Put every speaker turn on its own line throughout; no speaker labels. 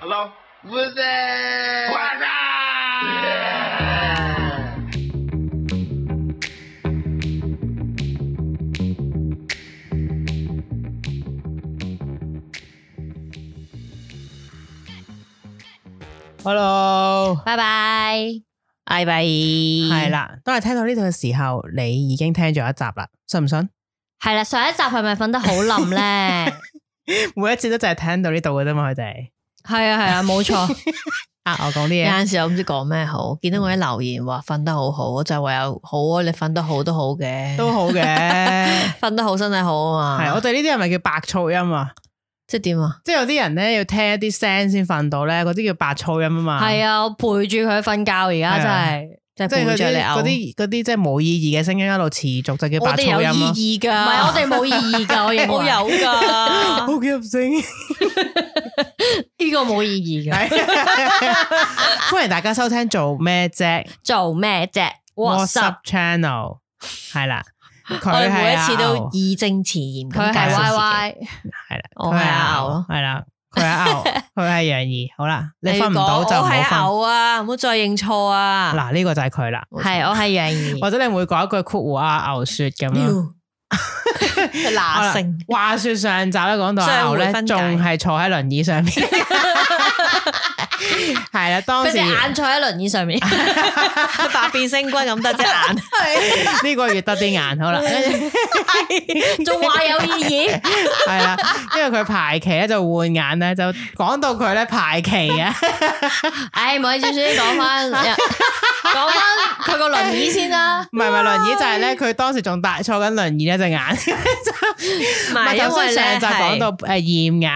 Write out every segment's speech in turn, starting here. hello?
What's that?
What's
Yeah.
Hello，
拜拜，拜拜，系
系，啦，當你聽到呢度嘅時候，你已經聽咗一集啦，信唔信？
系啦，上一集係咪瞓得好冧 咧？
每一次都就係聽到呢度嘅啫嘛，佢哋
係啊係啊，冇 錯。
啊，我講啲
有
嘢，
阵时我唔知講咩好，見到我啲留言話瞓得好好，我就唯有好啊，你瞓得好都好嘅，
都好 嘅，係
瞓得好身體好啊嘛，
我哋呢啲係咪叫白噪音啊？
即係點啊？
即係有啲人咧要聽一啲聲先瞓到咧，嗰啲叫白噪音啊嘛，
係啊，我陪住佢瞓覺，而家
係
真
啊
係
即係
即係嗰
背住你
啲嗰
嘔，
啲嗰啲即係冇意義嘅聲音一路持續就叫
我
白
哋
噪
有
音啊咯。
意義㗎，
唔係我哋冇意義㗎， 我認
我
為
有㗎，
好入聲，
呢個冇意義㗎。
歡迎大家收聽做咩啫
做咩啫？What's
WhatsApp
up？
channel 係啦，佢
我哋每一次
係阿啊
都
牛
義正詞嚴咁
佢
介
係
紹
Y
自己
Y，
系啦，
我
佢
哦
係
係阿牛
牛，
咯
系啦，佢係阿 牛，佢係楊怡，好啦，你分唔
要
到
講
就唔
哎我
好
係
分。
牛啊，唔好再認錯啊，
嗱，呢個就係佢啦，
係我係楊怡，
或者你每講一句括弧阿牛说咁樣。
嗱，
好啦
乸哎性。
話說上集咧講到阿牛咧，
相會分
仲
解
係坐喺輪椅上面， 係啦，當
佢
時
隻眼坐喺輪 椅上面，
百變星君咁得隻眼，
呢個月得啲眼， 好啦，
仲話有意義，
係啦，因為佢排期咧就換眼咧，就講到佢咧排期啊，
唉，唔好意思，先講翻，講翻佢個輪椅先啦。
唔係唔係輪椅就係咧，佢當時仲大坐緊輪椅一隻眼，
唔
唔係頭先上集講到誒驗眼。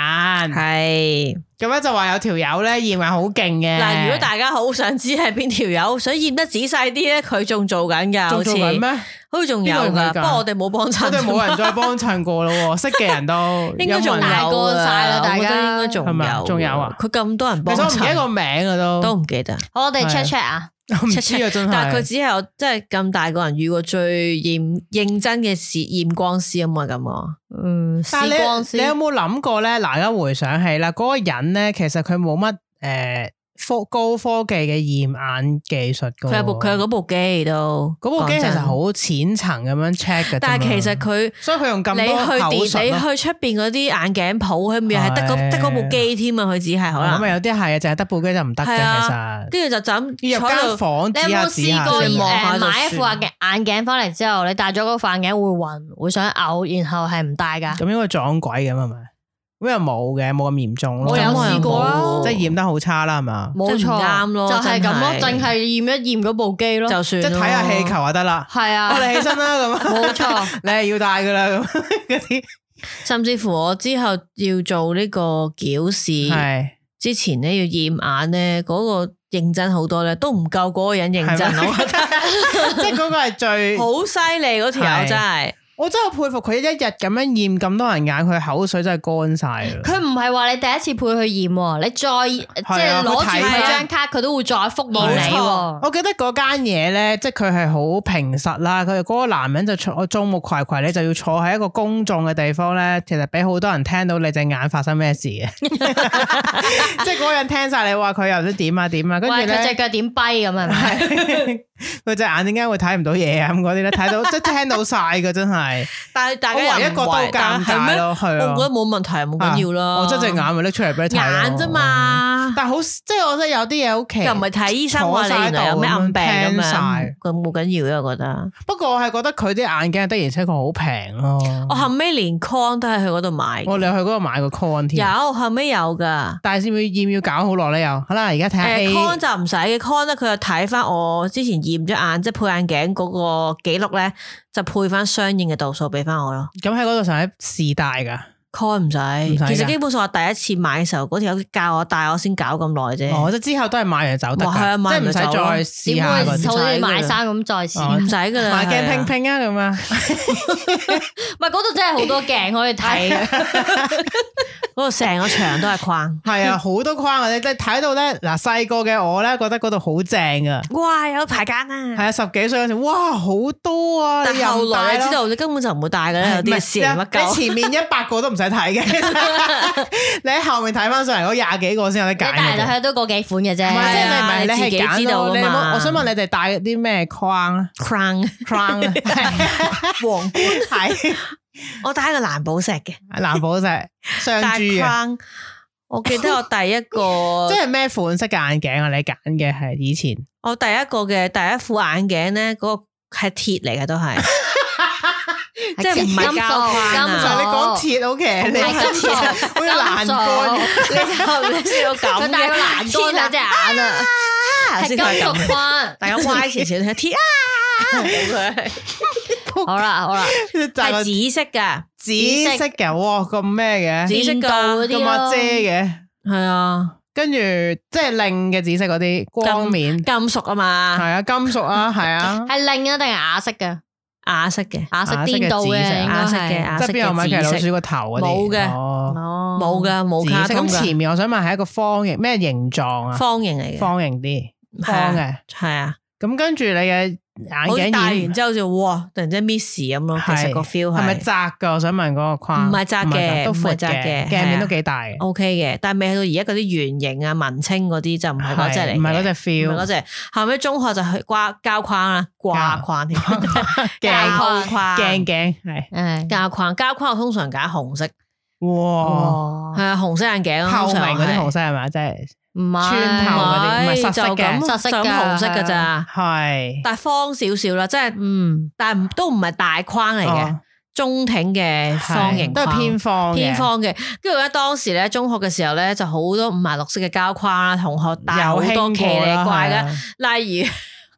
係
咁咧就話有條友咧驗眼好勁嘅。
嗱，如果大家好想知係邊條友，想驗得仔細啲咧，佢仲做緊㗎，好
仲
似
做緊 咩？
好似仲有
邊個係佢㗎
㗎，不過我哋冇幫襯
我
啫
哋
嘛，
冇人再幫襯過咯 喎，識嘅人都
應該仲
有冇人
大
有
個晒啦
啊
大家
我覺得應該仲
係咪啊
有，
仲有啊
佢咁多人
其
幫
實我唔記得個
襯，
名啊都，
都唔記得。
我哋
係
check check 啊，
我唔知啊真係。
但係佢只係我即係咁大個人遇過最驗認真嘅事驗光師啊嘛咁啊，
嗯，視
但係
光
你你有
先，
冇諗過咧？嗱，而家回想起啦，嗰、個人咧，其實佢冇乜誒科高科技嘅驗眼技術㗎喎。
佢有部佢有嗰部機都
哦嗰部機
講
其
真
實好淺層咁樣 check 嘅啫嘛。
但係其實佢。
所以佢用咁
你
多口
去電
術咯。
你去出邊嗰啲眼鏡鋪，佢咪係得
係
嗰得嗰部機添啊？佢只係可
咁啊，
能，
有啲係啊，就係得部機就唔得嘅，
係
其
啊
實。
跟住就就咁
要入間
坐度，
房
你有
指下
冇
指
試
下
過
先
先望下
誒
就算
買一副眼鏡眼鏡翻嚟之後，你戴咗嗰副眼鏡會暈，會想嘔，然後係唔戴噶？
咁應該撞鬼咁係咪？咁又冇嘅，冇咁嚴重咯。
我有試過啦
即係驗得好差啦，係嘛？
冇
真係
錯，
唔啱咯
就係咁咯，
真係
淨係驗一驗嗰部機咯，
就算
即係睇下氣球就得啦。
係
我
啊，
哋起身啦，咁啊
冇錯。
你係要戴噶啦，咁啊嗰啲
甚至乎我之後要做呢個矯視
係
之前咧，要驗眼咧，嗰個認真好多咧，都唔夠嗰個人認真
係咪
咯，我覺得
即係嗰個係最。
好犀利嗰條
係
友真係。
我真係佩服佢一日咁樣驗咁多人眼，佢口水真係乾晒啊啦。
佢唔係話你第一次陪佢驗喎，你再即
係啊
係攞
佢睇
住佢
啊
張卡，佢都會再覆
冇
驗你
錯
喎。
我記得嗰間嘢咧，即係佢係好平實啦。佢嗰個男人就坐眾目睽睽，你就要坐喺一個公眾嘅地方咧，其實俾好多人聽到你隻眼發生咩事 嘅。即係嗰個人聽晒你話佢又唔知點啊點啊，跟住
喂，佢隻
咧
腳點跛咁啊？
係佢隻眼點解會睇唔到嘢啊咁嗰啲咧，睇到即係聽到晒嘅真係。
但係大
我唯
家
一
又
覺
唔
得好
為
尷尬咯，係
但係咩
啊
我覺得冇問題，冇緊要
啊
啦。
我真係隻眼咪拎出嚟俾你睇咯
眼啫。嘛。
但係好即係我覺得有啲嘢好奇，
又唔係睇醫生
坐
話
晒
你原來有咩
度
暗病
咁樣
咁
聽晒
樣，咁冇緊要啊，我覺得。
不過我係覺得佢啲眼鏡的而且確好平咯。
我後尾連 con 都係去嗰度買嘅，
我哋去嗰度買個 con 添，啊
有後尾有噶。
但係要唔要要唔要搞好耐咧？又好啦，而家睇下
誒
A
呃 con 就唔使嘅，con 咧佢又睇翻我之前驗咗眼，即係配眼鏡嗰個記錄咧，就配翻相應嘅度數俾翻我咯。
咁喺嗰度上喺試戴噶，
con 唔使
使，㗎
其實基本上我第一次買嘅時候，嗰條友教我帶我先搞咁耐啫，
哦，即係之後都係買完走得㗎，
哇係啊買
即係
完
唔
就走咯
使 再試
點
下
會
嗰
唔
啲
使
好似買
㗎啦
衫咁再
哦
試？
唔使噶啦。
買鏡
係
拼
啊
拼啊咁啊，
唔係嗰度真係好多鏡可 以睇嘅。
嗰度成個牆都 係框。
係 啊，好多框啊！你你睇到咧，嗱細個嘅我咧覺得嗰度好正噶，
哇，有排間啊！
係啊，十幾歲嗰時，哇好多啊！
但
你又
後
唔戴
來
咯
你知道，你根本就唔會戴噶啦，有
唔係
啲事乜
你
鳩。
前面一百個都唔使 睇嘅， 你喺後面睇翻上嚟嗰廿幾個先有得
你
揀嘅
大
啫。
嚟去都嗰幾款嘅啫，
唔係，即係你唔係
哎你
你
自己
係
知
揀
道
到
㗎
你有
嘛
冇？我想問你哋帶啲咩框啊
crown
？crown 啊，
皇冠，
係
我戴一個藍寶石嘅，
藍寶石、雙
戴
珠啊，
crown。我記得我第一 個
即係咩款式嘅眼鏡啊？你揀嘅係以前
我第一個嘅第一副眼鏡咧，嗰、個係鐵 嚟嘅都係，即係唔係
金
膠
屬
框
金
啊
屬
你講鐵 OK，你
係
係
金
鐵
屬
好似欄杆。
你就要咁
佢戴個
嘅
藍
鐵
杆喺隻眼啊，
啊先
係金
係咁
屬框。
大家歪前少睇鐵啊， 咁佢
好啦好啦，
係
係紫
紫色嘅，
紫色嘅，哇咁咩嘅，
紫色㗎
電鍍嗰啲
咁阿
咯
姐，嘅，
係啊，
跟住即係令嘅紫色嗰啲光面，
金屬啊
係
嘛，
啊金屬啊，係啊，
係令啊定係啞色嘅，
啞色嘅，
啞色
啞色嘅
顛倒
紫色
嘅，應該
啞色
係
嘅，啞
即
色
係邊有米奇老
嘅紫
鼠
啊色，
個頭嗰啲，
冇嘅
嘅，
哦
冇噶冇卡
紫色
通
咁
㗎
前面我想問係一個方形咩形狀啊？
方形嚟嘅，
方形啲，
係啊
方嘅，
係啊，
咁跟住你嘅眼
好似
鏡
戴
演
完之後就哇，突然之間 miss 咁咯，其實個 feel
係咪
係。
窄噶？我想問嗰個框
唔係窄嘅
都
唔係
闊
窄嘅
鏡面
係啊
都幾大嘅，
O K 嘅，但係未去到而家嗰啲圓形啊、文青嗰啲就唔係嗰隻嚟嘅，
唔係嗰隻
唔
feel，
係嗰隻。後尾中學就去掛膠框啦，掛框添，
鏡
膠框
鏡鏡係，
誒，
膠框膠框，我通常揀紅色，
Ờ.
哇！
係啊，紅色眼鏡啊
透
通
明
常
嗰啲
係
紅色係咪？即係
唔係
穿透嗰啲唔係實色嘅
就咁
實色
就咁
㗎
紅色㗎
係
咋，
係
但係方少少啦，即係
嗯，
但係都唔係大框嚟嘅
哦，
中挺嘅方形
係都係
框
偏方嘅
偏方嘅，跟住咧當時咧中學嘅時候咧就好多五顏六色嘅膠框啦，同學戴好
有
多奇
興過
嚟
啦
怪
係啊
嘅， 例如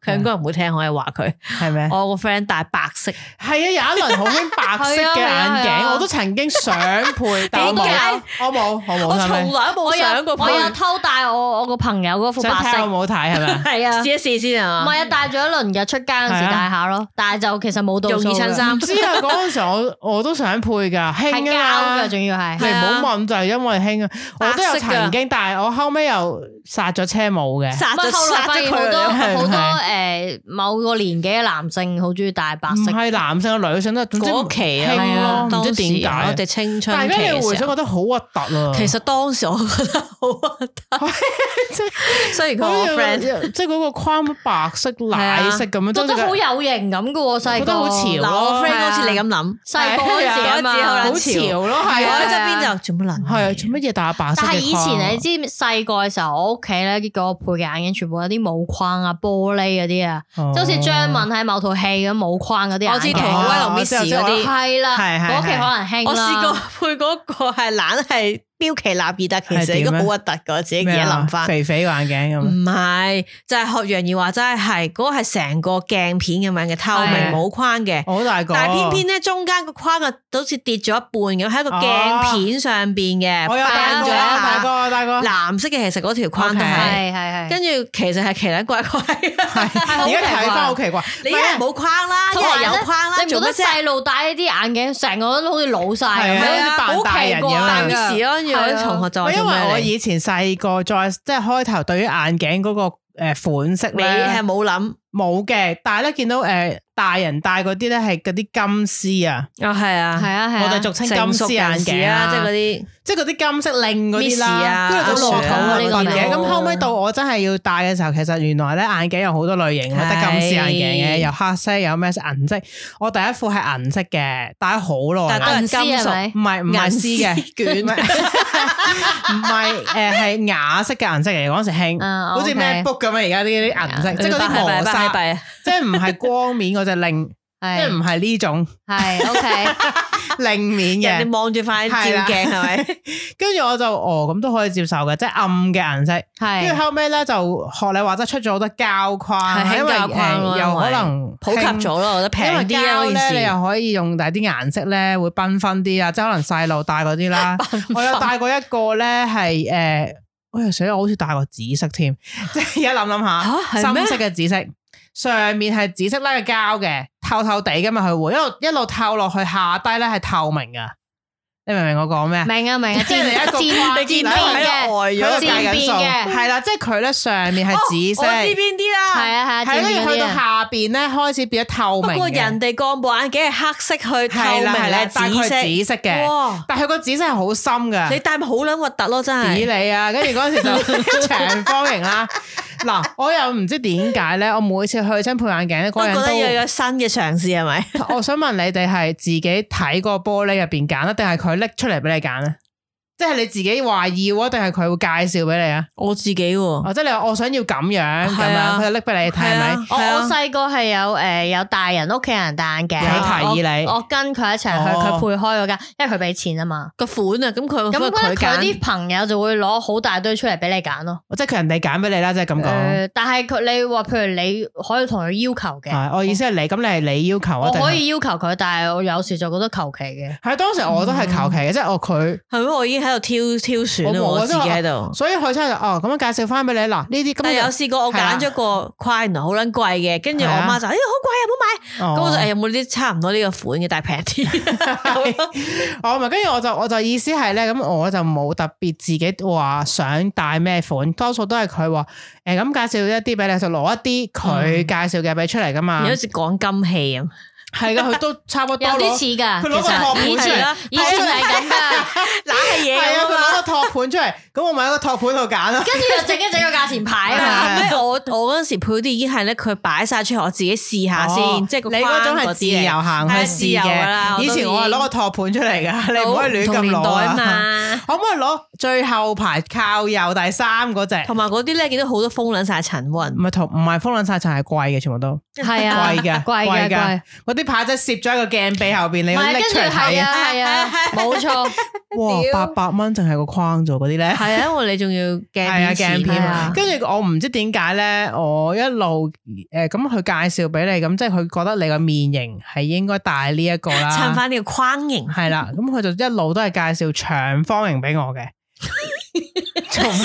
佢應該唔會聽我哋話佢，
係咩？
我個 friend 戴白色，
係啊，有一輪好興白色嘅
係啊
眼
係啊係
鏡，
啊
我都曾經想配，但我
點
冇
解，
我冇，我
我
冇，係
從
咪
來都
我
冇
有
想過
我有
配，
偷戴我我個朋友嗰副白
想睇
色，
我冇睇係 咪？
係啊
試。一試先
唔
啊，
係啊，戴咗一輪嘅，出街嗰陣時
係啊
戴下咯，但係就其實冇度數
容易襯衫
唔知啊，嗰陣時我我都想配㗎，
係
興啊
膠
嘛
嘅，仲要係
你唔好問就係因為興啊，我都有
白色㗎
曾經，但係我後尾又殺咗車冇嘅。
殺
唔係
咗
後來
啊殺
發
咗
現好
佢啊
多
啦，
係
好多
係
誒某個年紀嘅男性好中意戴白
唔
色，
係男性嘅女性都總之
嗰期啊
興
係啊
咯，唔知
當時
點解
我哋青春
但係而
期
家你回
嘅
想
時
覺
候。
得好核突啊！
其實當時我覺得好核突，雖然佢我
嗰
friend
個即係嗰個框白色、奶色咁樣，
覺
真
得
係
好有型咁嘅喎，細個
覺得好潮
嗱我
咯
friend
係啊
好似你咁諗，
細個嗰陣時啊
係啊
嘛
好
好。
潮
潮咯，係
我喺
啊，
側邊就做乜撚嘢？
係啊，做乜嘢打白色嘅
但
框啊？
係以前你知細個嘅時候，我屋企咧，結果我配嘅眼鏡全部有啲冇框啊、玻璃嗰啲啊，
哦
即係好似張敏喺某套戲咁冇框嗰啲
我知
眼
同
鏡
威
啊。
龍 miss 嗰
我知
啲，
係啦，
係係
嗰
係
期可能
我
興啦。
試過配嗰個係懶係標奇立異，但其實
係點咧
應該好核突噶，自己而
咩
家
啊
諗翻。
肥肥眼鏡咁，啊
唔係，就係學楊怡話齋係，嗰個係成個鏡片咁樣嘅透
係哦
明冇框嘅，
我好大個，
但係偏偏咧中間個框啊，好似跌咗一半咁，喺個鏡片上邊嘅，
哦我有
扮
大
咗
個
一
啊，大個
下。
啊，大個。
藍色嘅其實嗰條框都係，
係係係，
跟住其實係奇撚怪怪。
好
而家睇
奇怪
翻好奇怪，
你一係冇框啦，一
同
啊
埋
係
咧
有框啦，
你唔
做
覺
乜
得
啫？
細路戴呢啲眼鏡，成個人都好似老晒
係啊
咁樣，
好似扮大人咁樣
好
大
奇怪
miss 咯，跟住我
係
啲
啊
同學就話
因
做咩
為我
你
以前細個再即係開頭對於眼鏡嗰個誒款式
你係
咧
冇諗
冇嘅，但係咧見到誒大人戴嗰啲咧係嗰啲金絲啊，
啊，係啊，
係啊係啊，
我哋俗稱金
成熟
絲眼
人士
鏡
啊，
啊，
即
即
係嗰
係
啲
即係嗰啲金色令嗰啲
Miss
啦
啊，
跟住就老
好老土啊呢個
土嘅。
名
咁後尾到我真係要戴嘅時候，其實原來咧眼鏡有好多類型，我啊得金絲眼鏡嘅，
係
有黑色，有咩色銀色。我第一副係銀色嘅，戴咗好耐
但
啦
係。
銀絲係咪？
唔係唔係絲嘅
銀
唔
絲
係唔係誒係啞色嘅顏色嚟，嗰陣時興，
啊
嗯
好似
OK
MacBook 咁樣而家呢啲銀色，即係嗰啲磨砂，
幣，
即係唔係光面嗰只 令，即係
係
唔係呢種
係哎 OK。
令面嘅
人哋。望住塊照
係啦
鏡係 咪？
跟住我就哦咁都可以接受嘅，即係暗嘅顏色。
哎
跟住
係
後尾咧就學你話齋出咗好多膠框，
係
因為
興膠框
誒
咯因
又
為
可能
普及
興
咗咯，我覺得
因為
平啲啊
膠咧，
嗰
你
件事。
又可以用但係啲顏色咧會繽紛啲啊，即係可能細路戴嗰啲 啦。我有戴過一個咧係誒，哎呀死啦！我好似戴過紫色添， 即係而家諗諗
嚇係
下，
咩
深色嘅紫色，上面係紫色拉嘅膠嘅，透透地噶嘛佢會一路一路透落去，下低咧係透明噶。你明唔明我講咩啊？
明啊明啊，
即係你一個框
漸
你喺
變
度呆
嘅，
咗喺
漸
度計緊
變
數，
嘅，
係啦，即係佢咧上面係紫色，
哦我知邊啲啦，
係啊係
係
啊，
跟
漸
住去
變
到
嘅。
下邊咧開始變咗透
不
明
過
嘅
人哋鋼部眼鏡係黑色去透
係
明
啦
啊
係啦
咧，，
但係佢
紫色
係紫色嘅啊
哇，
但係佢個紫色係好深㗎。
你戴咪好撚核突咯，真
俾
係。
你啊！跟住嗰時就 長方形啦。嗱，我又唔知點解咧，我每次去親配眼鏡咧，
我
嗰
覺得又
人
有新嘅嘗試係咪？
都，我想問你哋係自己睇個玻璃入邊揀啊，定係佢拎出嚟俾你揀咧？即係你自己話要啊，定係佢會介紹俾你啊？
我自己喎，
哦，即係你話我想要咁樣咁
係
樣，
啊
佢就拎俾你睇係咪？
我
係啊
我細個係有诶有大人屋企人戴眼鏡，
佢提議你
我我跟佢一齊去，
哦
佢配開嗰間，因為佢俾錢啊嘛。
個款啊，咁佢
咁
佢
佢佢
揀
啲朋友就會攞好大堆出嚟俾你揀咯。
哦即係佢人哋揀俾你啦，即係咁講。
誒但係佢你話譬如你可以同佢要求嘅，
係，我啊哦意思係你咁，你係你要求啊？
我
定
可
係
以要求佢，但係我有時就覺得求其嘅。
係當時我都係求其
嗯
嘅，即係我佢。
係咪？我已經喺度挑挑選
我
啦，
冇啊
我自己
即係
喺度。
所以佢真係哦，咁樣介紹翻俾你嗱，呢啲咁
但係有
樣
試過我揀咗個框，原來好撚貴嘅，跟住我
係啊
媽就哎呀好貴啊，唔好買。咁我就誒
哎
哦
有冇啲差唔多呢個款嘅，但係平啲。
我哦咪跟住我就我就意思係咧，咁我就冇特別自己話想戴咩款，多數都係佢話誒咁介紹一啲俾你，就攞一啲
嗯
佢介紹嘅俾出嚟噶嘛
有，似講金器咁，
係噶，佢都差唔多
有啲
攞啊
似㗎，
佢攞個
其
托盤
實以
係
前
啦
以前
啊
係咁
嗱
㗎，
係嘢
係啊，
咁
佢
啊
攞
嘛。
個托盤出嚟，咁我咪喺個托盤度揀咯。
跟住又整一整個價錢牌啊
係
嘛。
咩？我我嗰陣時配嗰啲已經係咧，佢擺晒出嚟，我自己試下
哦
啊先，即係個
你嗰種
框
係
嗰
自
啲嚟
由行去
係啊自
試
由㗎
嘅，
啦我
以
都
前我係攞
已經
個托盤出嚟㗎，你唔可以亂
同
咁
年
攞
代
啊！
嘛。
可唔可以攞最後排靠右第三嗰只？
同埋嗰啲咧，見到好多風撚晒塵喎。
唔係同唔係風冷晒塵係貴嘅，全部都
係啊，
貴嘅
貴
貴
嘅
嘅
貴。
嗰啲牌仔攝咗喺個鏡臂後邊，你
唔
要拎
係，跟
出
住
嚟睇
係
啊！
啊係啊，冇錯，
哇，八百蚊淨係個框做嗰啲咧，
係啊，因為你仲要
係啊鏡
鏡
片
片
啊
啊。
跟住我唔知點解咧，我一路誒咁佢介紹俾你，咁即係佢覺得你個面型係應該大呢一個
襯
啦，
翻呢個框型，
係啦，咁佢就一路都係介紹長方形俾我嘅。做咩？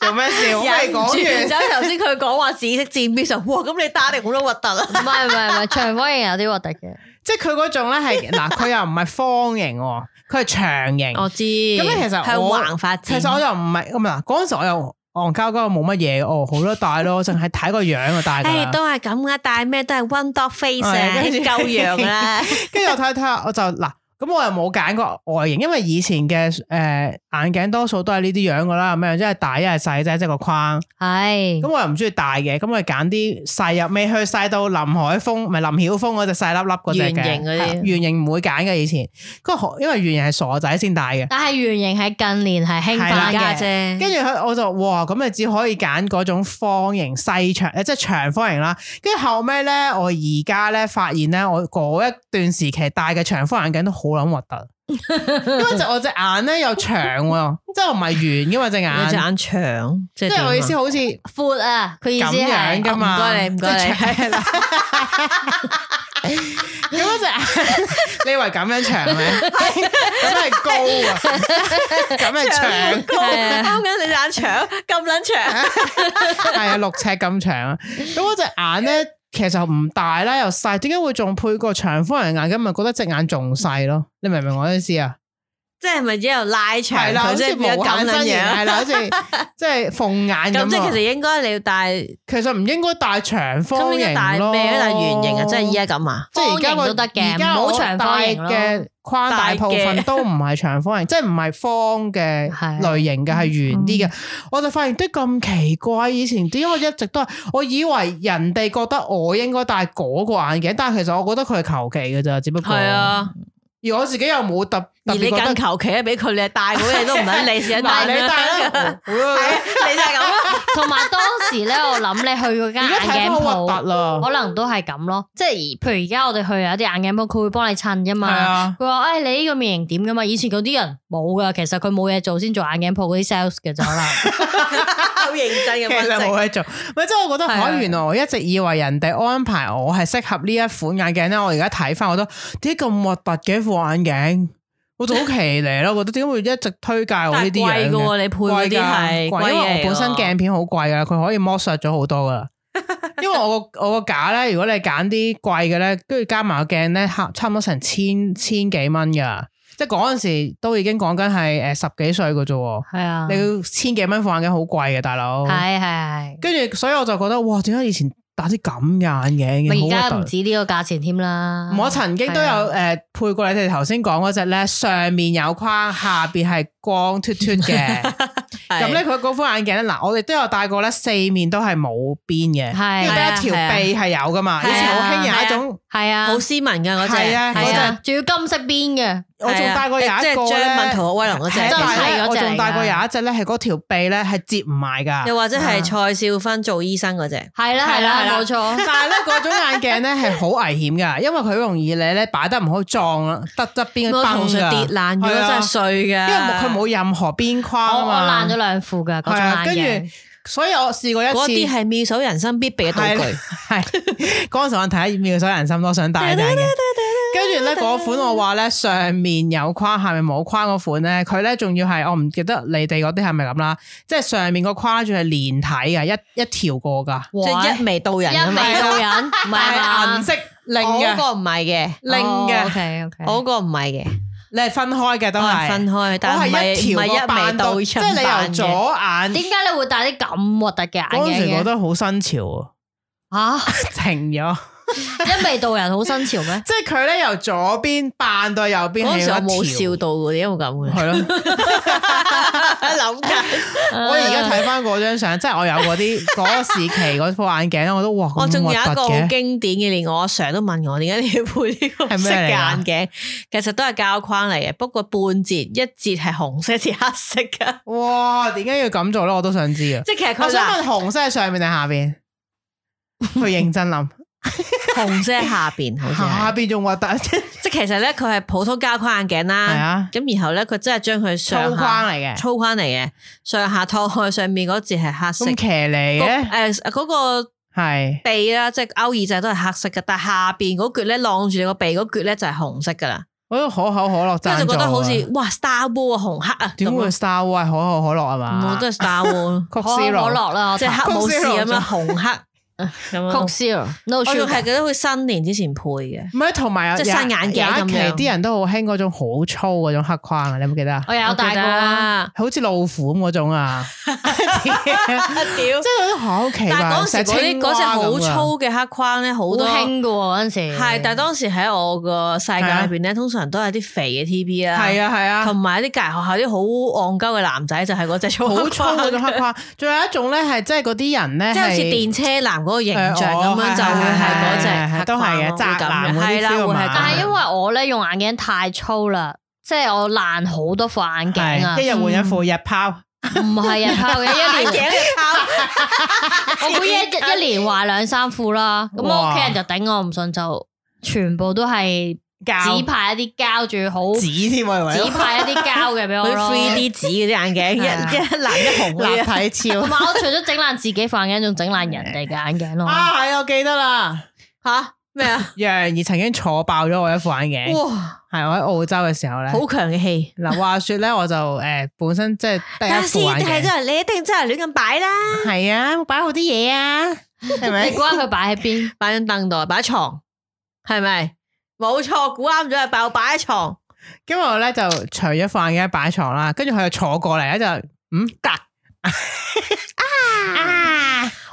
做咩笑？我未講完
然。之後頭先佢講話紫色漸變上，哇！咁你打定好多核突啦。
唔係唔係唔係，長方形有啲核突嘅。
即係佢嗰種咧係嗱，佢又唔係方形喎，佢係長形。
我知，
咁
咁
咧其實
向
我
橫發
其
展，
實我又唔係咁啊，嗰陣時我又戇交交冇乜嘢嘅，哦好多戴咯，淨係睇啊個樣就戴㗎
誒
啦。
都係咁噶，但係咩都係 one dog face 啊，
係跟住
夠樣啦。
跟住我睇睇下，我就嗱。咁我又冇揀過外形，因為以前嘅誒、呃眼鏡多數都係呢啲樣噶啦，咁樣即係大一係細啫，即係個框。
係
咁我又唔中意大嘅，咁我就揀啲細入，未去細到林海峰，唔係林曉峰嗰隻細粒粒嗰隻嘅
圓形嗰啲
係圓形唔會揀嘅以前，嗰個因為圓形係傻仔先戴
嗯
嘅。
但係圓形係近年係興
係啦
大
翻
家
嘅，
啫，
跟住佢我就哇，咁你只可以揀嗰種方形細長，誒即係長方形啦。跟住後尾咧，我而家咧發現咧，我嗰一段時期戴嘅長方眼鏡都好撚核突，因為就我隻眼咧又長喎，即係我唔係圓嘅嘛隻
你隻
眼，
眼長，即
即係我意思
點啊，
好似
闊啊，佢意思
咁樣
係
噶嘛。
哦唔該你唔該你
即係長啦咁嗰隻眼， 你以為咁樣長咩？咁係高啊，咁係長。
高
à.
啱緊你隻眼長咁撚長，
系啊，六尺咁長啊。咁我隻眼咧，其實唔大啦，又細，點解會仲配個長方形眼鏡？咪覺得隻眼仲細咯？你明唔明我意思啊？
即係咪之後拉長
係啦，好
佢，即
似
係變
無
咗咁
限
撚
身形，
樣。
係啦，好似即係鳳眼
咁即
咁
係其
啊。
實應該你要戴，
其實唔應該戴長
咁
方
應該
形
戴
咯，
咩？戴圓形啊，即係依家咁啊。
即係而家
方
我
形都得嘅
而家
唔
我
好長方形咯
戴嘅框大部分
大嘅
都唔係長方形，即係唔係方嘅
係
類型嘅，係圓啲嘅。我就發現得咁奇怪，以前點解我一直都係，我以為人哋覺得我應該戴嗰個眼鏡，但係其實我覺得佢係求其嘅咋，只不過
係，啊，
而我自己又冇特特
而
別
你
覺
更
得。
求其啊，俾佢你係戴嗰嘢都唔撚 理，試下
嗱，
戴
你戴啦，
係啊 你 就係咁咯。
同埋當時咧，我諗你去嗰間
而家睇翻
眼鏡
好核
鋪
突，啦，
可能都係咁咯。即係譬如而家我哋去有啲眼鏡鋪，佢會幫你襯噶
係
嘛。
啊，
佢話：，誒、哎你呢個面型點噶嘛？以前嗰啲人冇噶，其實佢冇嘢做先做眼鏡鋪嗰啲 sales 嘅就可 能。
好認真
其
嘅
實
分析
冇嘢做，咪即係我覺得，
係啊
可原來我一直以為人哋安排我係適合呢一款眼鏡咧，我而家睇翻我都點解咁核突嘅一副眼鏡，我就好奇嚟咯，覺得點解會一直推介我呢
但係
啲樣
貴嘅
嘅？
喎，你配嗰啲係
貴㗎貴因為我本身
嘅
鏡片好貴噶，佢可以剝削咗好多噶啦。因為我個我個架咧，如果你揀啲貴嘅咧，跟住加埋個鏡咧，差差唔多成千千幾蚊噶，即係嗰陣時都已經講緊係诶十幾歲嘅啫喎，
系啊，
你要千幾蚊副眼鏡好貴嘅大佬。
系
跟住所以我就覺得，哇，點解以前戴啲咁嘅眼鏡
系，
嘅？
咪而
好
家
核
唔
突
止呢個價錢添啦。
我曾經都有
係啊
诶配過你哋頭先講嗰只咧，上面有框，下边係光脱脱 嘅。咁咧，佢嗰副眼鏡咧，嗱，我哋都有戴過咧，四面都係冇邊嘅，
係
跟住得一條臂係有噶嘛。以
啊係啊
前好興有一種，
係啊，
好斯文噶嗰只，
係啊
係
嗰
啊，仲要金色邊嘅，
我仲戴過有
即
一
係
個
張文
咧，
《逃學威龍》嗰
係啊
真
只，
係
但係
嗰
咧，我
隻嚟㗎
仲戴過有一隻咧，係嗰條臂咧係接唔埋㗎。
啊又或者係蔡少芬做醫生嗰只，
係啦
係
係啦
啦係啦
冇錯，
但係咧，嗰種眼鏡咧係好危險㗎，因為佢容易你咧擺得唔好撞啦，得側邊
個
嘅
同
崩
事
㗎，
跌爛咗
係啊
真係碎
因
噶，
為佢冇任何邊框
我
啊
我
嘛。
爛咗兩副㗎嗰
係啊，
種
跟
眼鏡
住，所以我試過一次，
嗰啲係妙手人生必備嘅道具。
系 嗰陣時我睇《妙手人心》，都想戴眼嘅。跟住咧嗰款我話咧上面有框，下面冇框嗰款咧，佢咧仲要係我唔記得你哋嗰啲係咪咁啦，即係上面個框仲係連體嘅，一一條過噶，
即係一
一
眉道人啊
一
嘛，
眉到人，唔係
但係
嘛哦
銀？色令
我嗰
嘅，
個唔係嘅，
令嘅
O K O K，
哦我嗰個唔係嘅，
你係分開嘅都
都係
係
分開，但
我
係唔
係
係
一
唔係
條個
一眉
扮
道
到，
人
即係你由
扮嘅
左眼
點解你會戴啲咁核突嘅眼
嗰陣時
鏡
覺
嘅？
得好新潮 啊，
吓，
停咗，
一味道人好新潮咩？
即係佢咧由左邊扮到右邊
嗰
係
陣時我
有
冇
一條
笑，到嘅，因為咁 嘅。
係咯。
諗緊，
我而
哎
家睇翻嗰張相，即係我有嗰啲嗰個時期嗰副眼鏡，我都哇，
我仲有一
個
個好經典嘅，連我阿 Sir 都問我點解你要配呢個
係
色
咩
嘅
嚟
眼鏡，其實都係膠框嚟嘅，不過半截一截係紅色，一截黑色嘅，
哇，點解要咁做咧？我都想知啊！
即係其實佢
我想問
嗱
紅色係上面定下邊？去認真 諗，
紅色喺下邊好似係。
下邊仲核 突，
即係其實咧，佢係普通膠框眼鏡
係
啦，
啊，
咁然後咧，佢真係將佢
粗
上
框
下
嚟嘅，
粗框嚟嘅，上下托開上面嗰截係黑色
咁騎呢嘅，
誒嗰個
係
鼻啦，即係勾耳仔都係黑色嘅，但係下邊嗰橛咧，晾住你個鼻嗰橛咧就係紅色噶啦，
我都可口可樂
跟
贊助
住就覺得
啊
好似哇 Star War 啊紅黑啊，
點會
咁
Star White 可口可樂係
啊？唔好
嘛？
都係 Star War，
曲
可口可
Zero
樂啦，我
即係
睇
黑武士咁 樣
曲
紅黑咁
曲
樣。
Zero no
我仲
sugar
係記得佢新年之前配嘅，
唔係，同埋啊有
即係新眼鏡
有一期
咁樣
啲人都好興嗰種好粗嗰種黑框啊，你有冇記得啊？
我
哦
有戴過啊，
好似老虎咁嗰種 啊，即係
屌！
都好啊奇
但係
怪。
嗰陣時嗰啲
啊
嗰隻好粗嘅黑框咧，好
好
多
興噶喎嗰陣時。
係，但係當時喺我個世界裏邊咧，通常都係啲肥嘅 TB 啦，
係啊係
同
啊，
埋啲隔離學校啲好戇鳩嘅男仔就係嗰隻粗
好
黑
粗
框
嗰種黑框。仲有一種咧係即係嗰啲人咧，
即係好似電車男嗰個形象咁樣，就會係嗰
係係
隻
係都係嘅宅男嗰啲
係啦，
feel
會
嘛
係。
但係因為我咧用眼鏡太粗啦，即係我爛好多副眼鏡啊
係，一日換一副日拋，
唔係啊，靠嘅一年。
頸
我估一一年壞兩三副啦，咁我
哇
屋企人就頂我唔順，就全部都係
膠
只派一啲膠，仲要好只
紙添啊，係咪？
派一啲膠嘅俾我
佢
咯。
three D 紙嗰啲眼鏡，一一藍一紅嗰啲啊
立體
同
超
埋我除咗整爛自己副眼鏡，仲整爛人哋嘅眼鏡 咯。
啊，係我記得啦。
嚇咩啊？
楊怡曾經坐爆咗我一副眼鏡，
哇！
係我喺澳洲嘅時候咧。
好強嘅氣。
嗱，話說咧，我就誒本身即係第一副眼鏡。
係你一定真係亂咁擺啦，
系啊，冇摆好啲嘢啊，系咪
你？估下佢擺喺邊？
擺喺凳度，擺喺床，係咪？冇錯，估啱咗係爆擺喺床，
咁我咧就除咗放眼鏡擺床啦，跟住佢又坐過嚟咧就，嗯，得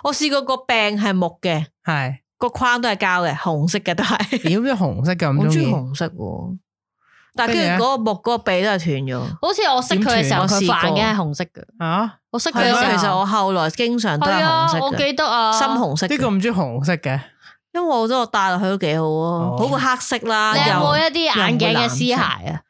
我試過個柄係木嘅，
係，
個框都係膠嘅，紅色嘅都係。
屌啲紅色嘅
我
咁
中
中
意
意，
紅色喎，但係
跟住
跟
咧
啊
住嗰個木嗰個鼻都係斷咗。
好似我識佢嘅時
點斷
候，佢副
我試過
眼鏡係紅色嘅。
啊，
我識佢
係
嘅
咯，
時候，
其實我後來經常都係
係
紅
啊
色，
我
嘅，
記得啊，
深。紅色
啲
嘅。
咁中意紅色嘅，
因為我覺得我戴落去都幾好
哦
啊，好過黑色啦。
你有冇
又
一啲眼鏡嘅絲鞋 啊？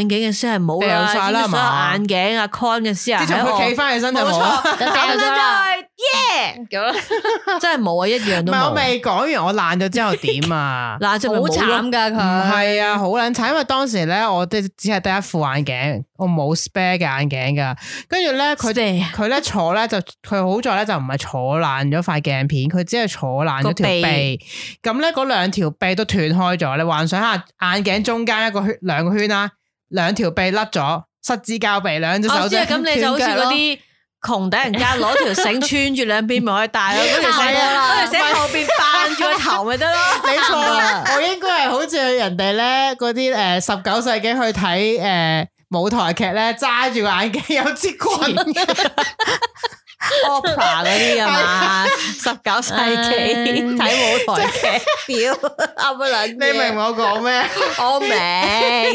眼鏡嘅先係冇
掉
啦，
晒啦
已經所有
嘛
眼鏡啊 con 嘅先
自從
係
佢企翻起身就
冇
冇啊。
錯，
就掉
咁
咗啦。
樣就 yeah 咁， 真係冇啊，一樣
唔
都
係我
冇。？
未講完，我爛咗之後點啊
嗱，即係咪
好
冇咯
慘㗎
唔
佢。
係啊，好撚慘，因為當時咧，我哋只係得一副眼鏡，我冇 spare 嘅眼鏡噶。跟住咧，佢
Spare
佢咧坐咧就佢好在咧就唔係坐爛咗塊鏡片，佢只係坐爛咗條
個
鼻。咁咧嗰兩條鼻都斷開咗。你幻想下眼鏡中間一個圈兩個圈啦，兩條鼻甩咗，失之交臂，兩隻
我
手
知
指
哦啊，咁你就好似
斷腳
嗰
咯
啲窮突然間攞條繩穿住兩邊咪可以戴咯，嗰 條繩
係啊
嗰條繩後邊扮住個頭咪得咯。
你錯
啊
啦，我應該係好似去人哋咧嗰啲誒十九世紀去睇誒、呃舞台劇咧，揸住個眼鏡有支棍，
opera 嗰啲啊嘛，十九世紀睇舞台劇，屌啱乜撚
你明我講咩？
我明，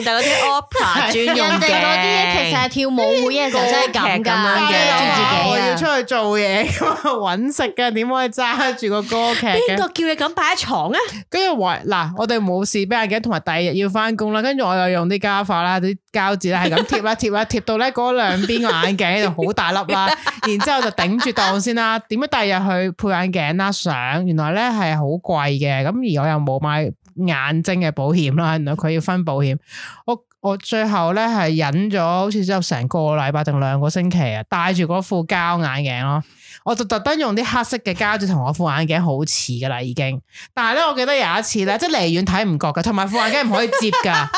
但嗰啲 opera 專用
人哋嗰啲嘢其實係跳舞會嘅時候真係咁
歌劇咁
噶，
樣
跟
嘅
住自己啊
我要出去做嘢 咁啊，揾食嘅點可以揸住個歌劇
邊
嘅
個？叫你咁擺喺床啊？
跟住話嗱，我哋冇事俾眼鏡，同埋第二日要翻工啦。跟住我又用啲膠法啦、啲膠紙啦，係咁貼啦、貼啦、貼到咧嗰兩邊個眼鏡喺度好大 粒啦。然之後就頂住檔先啦。點解第二日去配眼鏡啦？上原來咧係好貴嘅，咁而我又冇買眼睛嘅保險啦。原 來佢要分保險，我我最後咧係忍咗，好似只有成個禮拜定兩個星期啊，戴住嗰副膠眼鏡咯。我就特登用啲黑色嘅膠紙同我副眼鏡好似噶啦，已經。但係咧，我記得有一次咧，即係離遠睇唔覺嘅，同埋副眼鏡唔可以接噶。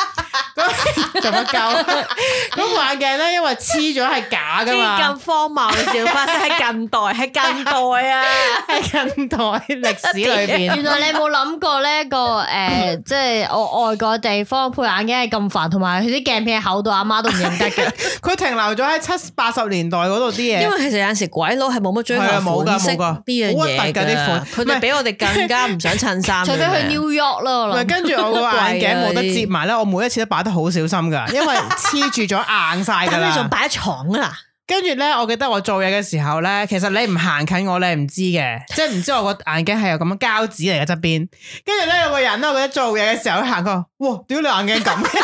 咁做乜鳩？咁副眼鏡咧，因為黐咗係假
呢
噶嘛。
啲咁荒謬嘅笑法，喺近代，喺近代啊！
喺近代歷史裏
原
邊，
來你冇諗過呢個诶，即係我外國地方配眼鏡係咁煩，同埋佢啲鏡片係厚到阿媽都唔認得嘅。
佢停留咗喺七八十年代嗰度啲嘢
因。為其實有陣時鬼佬係冇乜追求
係啊冇㗎
款式
冇㗎
呢樣
好核突
嘢
㗎啲款
佢
唔係
哋比我哋更加唔想襯衫。
除非去 New York 咯，
唔
我
係
諗。
跟住我個眼鏡冇得
貴啊
接埋咧，我每一次都擺得好小心噶，因為黐住咗硬晒 㗎
咁你仲
啦。
擺喺床啊啦？
跟住咧，我記得我做嘢嘅時候咧，其實你唔行近我，你係唔知嘅，即係唔知我個眼鏡係有咁樣膠紙嚟嘅側邊。跟住咧有個人咧，我覺得做嘢嘅時候佢行過，哇！屌你眼鏡咁嘅，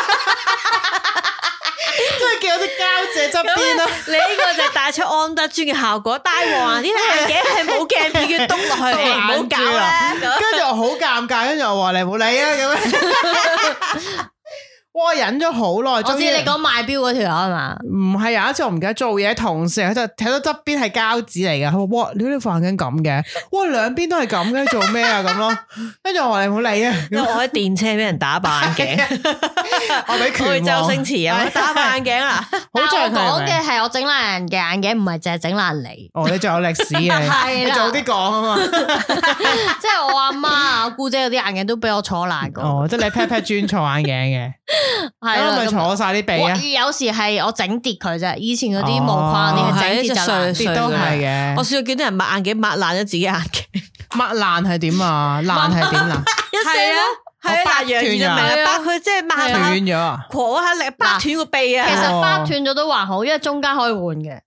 即係見到啲膠紙喺側邊咯。
你呢個就帶出安德尊嘅效果，戴黃啲眼鏡係冇鏡片要篤 落去，你唔好搞啦。咁
跟住我好尷尬，跟住我話你冇理啊咁樣。哇！我忍咗好耐，
我
終
知
於
你講賣表嗰條友係嘛？
唔係有一次我唔記得做嘢，同事佢就睇到側邊係膠紙嚟嘅，佢話：哇！屌你副眼鏡咁嘅， 哇兩邊都係咁嘅，做咩啊咁咯？跟住我話你冇理啊，
因為我喺電車俾人打爆 眼鏡，
我俾
我去
拳
周
王
星馳啊，我打爆眼鏡啦。
好
但
在佢係
我講
咪。
嘅係我整爛人嘅眼鏡，唔係淨係整爛你
哦，你仲有歷史嘅，
係
你
啦
早，啲講啊嘛。
即係我阿媽啊、我姑姐嗰啲眼鏡都俾我坐爛過。
哦，即係你 pat pat 專坐眼鏡嘅，
係
咁
啦，
咪
咁
坐晒啲鼻
我
啊，
有時係我整跌佢啫，以前嗰啲無框嗰啲係整
哦係
跌就
一隻
爛。
碎
跌都係
我
嘅。
試過見到人抹眼鏡抹爛咗自己眼鏡，
抹爛係點啊？爛係點啊？
係啊，係
我掰
啊，嗱，楊怡就明
斷
啦
㗎，
掰佢即係抹
斷
下
咗啊？
狂下力，掰斷個鼻
其
啊！
實巴斷咗都還好，因為中間可以換嘅。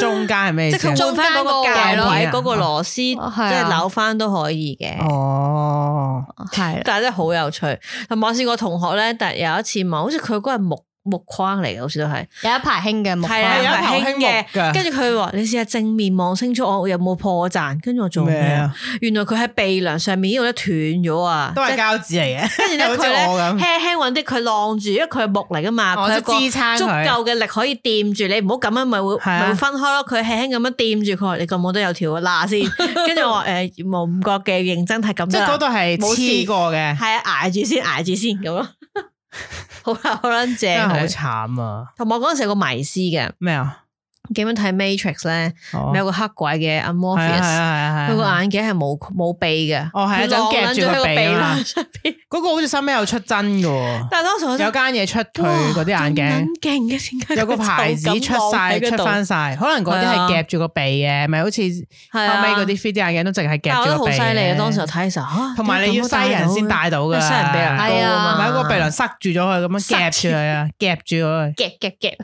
中間係咩意
即
思
係
啊？
佢換翻嗰個
中間
教
個
位
位
嗰個螺絲，即
哦係啊
係扭翻都可以嘅。
哦，
係啦，
但係真係好有趣。同埋我試過同學咧，但有一次嘛，好似佢嗰個係木木框嚟嘅，好似都係。
有一排興嘅木
係
框
啊，
有一排
係
興
興
木㗎
嘅。跟住佢話：你試下正面望清楚我有冇破綻。跟住我做咩
咩啊
啊？原來佢喺鼻梁上面呢度咧斷咗啊！
都係
即係
膠紙嚟 嘅。
跟住 咧
好似
佢咧
我咁
輕輕揾啲佢晾住，因為佢係木嚟噶嘛，
哦
佢有個
即係支撐佢
足夠嘅力可以掂住你，唔好咁樣咪會
係啊
咪會分開咯。佢輕輕咁樣掂住佢話，你覺冇得有條 罅先。跟住我話誒冇唔覺嘅，認真係咁
即
啫
係
啦
嗰度係
啊冇
黐
事
過嘅，
係啊，挨住先，挨住先咁 咯。好啦，好撚正
真係好
佢。
慘啊！
同埋我嗰陣時有個迷思嘅，
咩啊？
點樣睇 Matrix 咧？
哦
咪有個黑鬼嘅
係啊
阿
係啊
Morpheus，
係啊
啊佢個
係啊！
眼鏡係冇冇鼻嘅，
哦係啊
佢
就咁夾
晾
住
撚咗喺
個
個
鼻
鼻
啊嘛
梁上邊。
嗰個好似收尾有出真嘅喎，
但係當時我
有
真係
間嘢出佢
哇
嗰啲眼鏡，
咁撚勁嘅，點解 佢
有個牌
就
子
咁
出
晾
晒
喺嗰
出
度
翻晒，可能嗰啲
係啊
係夾住個鼻嘅，咪好似
係啊
後尾嗰啲 3D 眼鏡都淨係
但係
夾
我覺得
住個
好
鼻嘅。
犀利啊！當時我睇嘅時候，嚇
同埋你要西人先
啊
戴到㗎
因為西人鼻梁
係
高
啊
啊嘛，
咪喺個鼻梁塞住咗佢，咁樣夾住佢啊，夾住佢。
夾夾夾。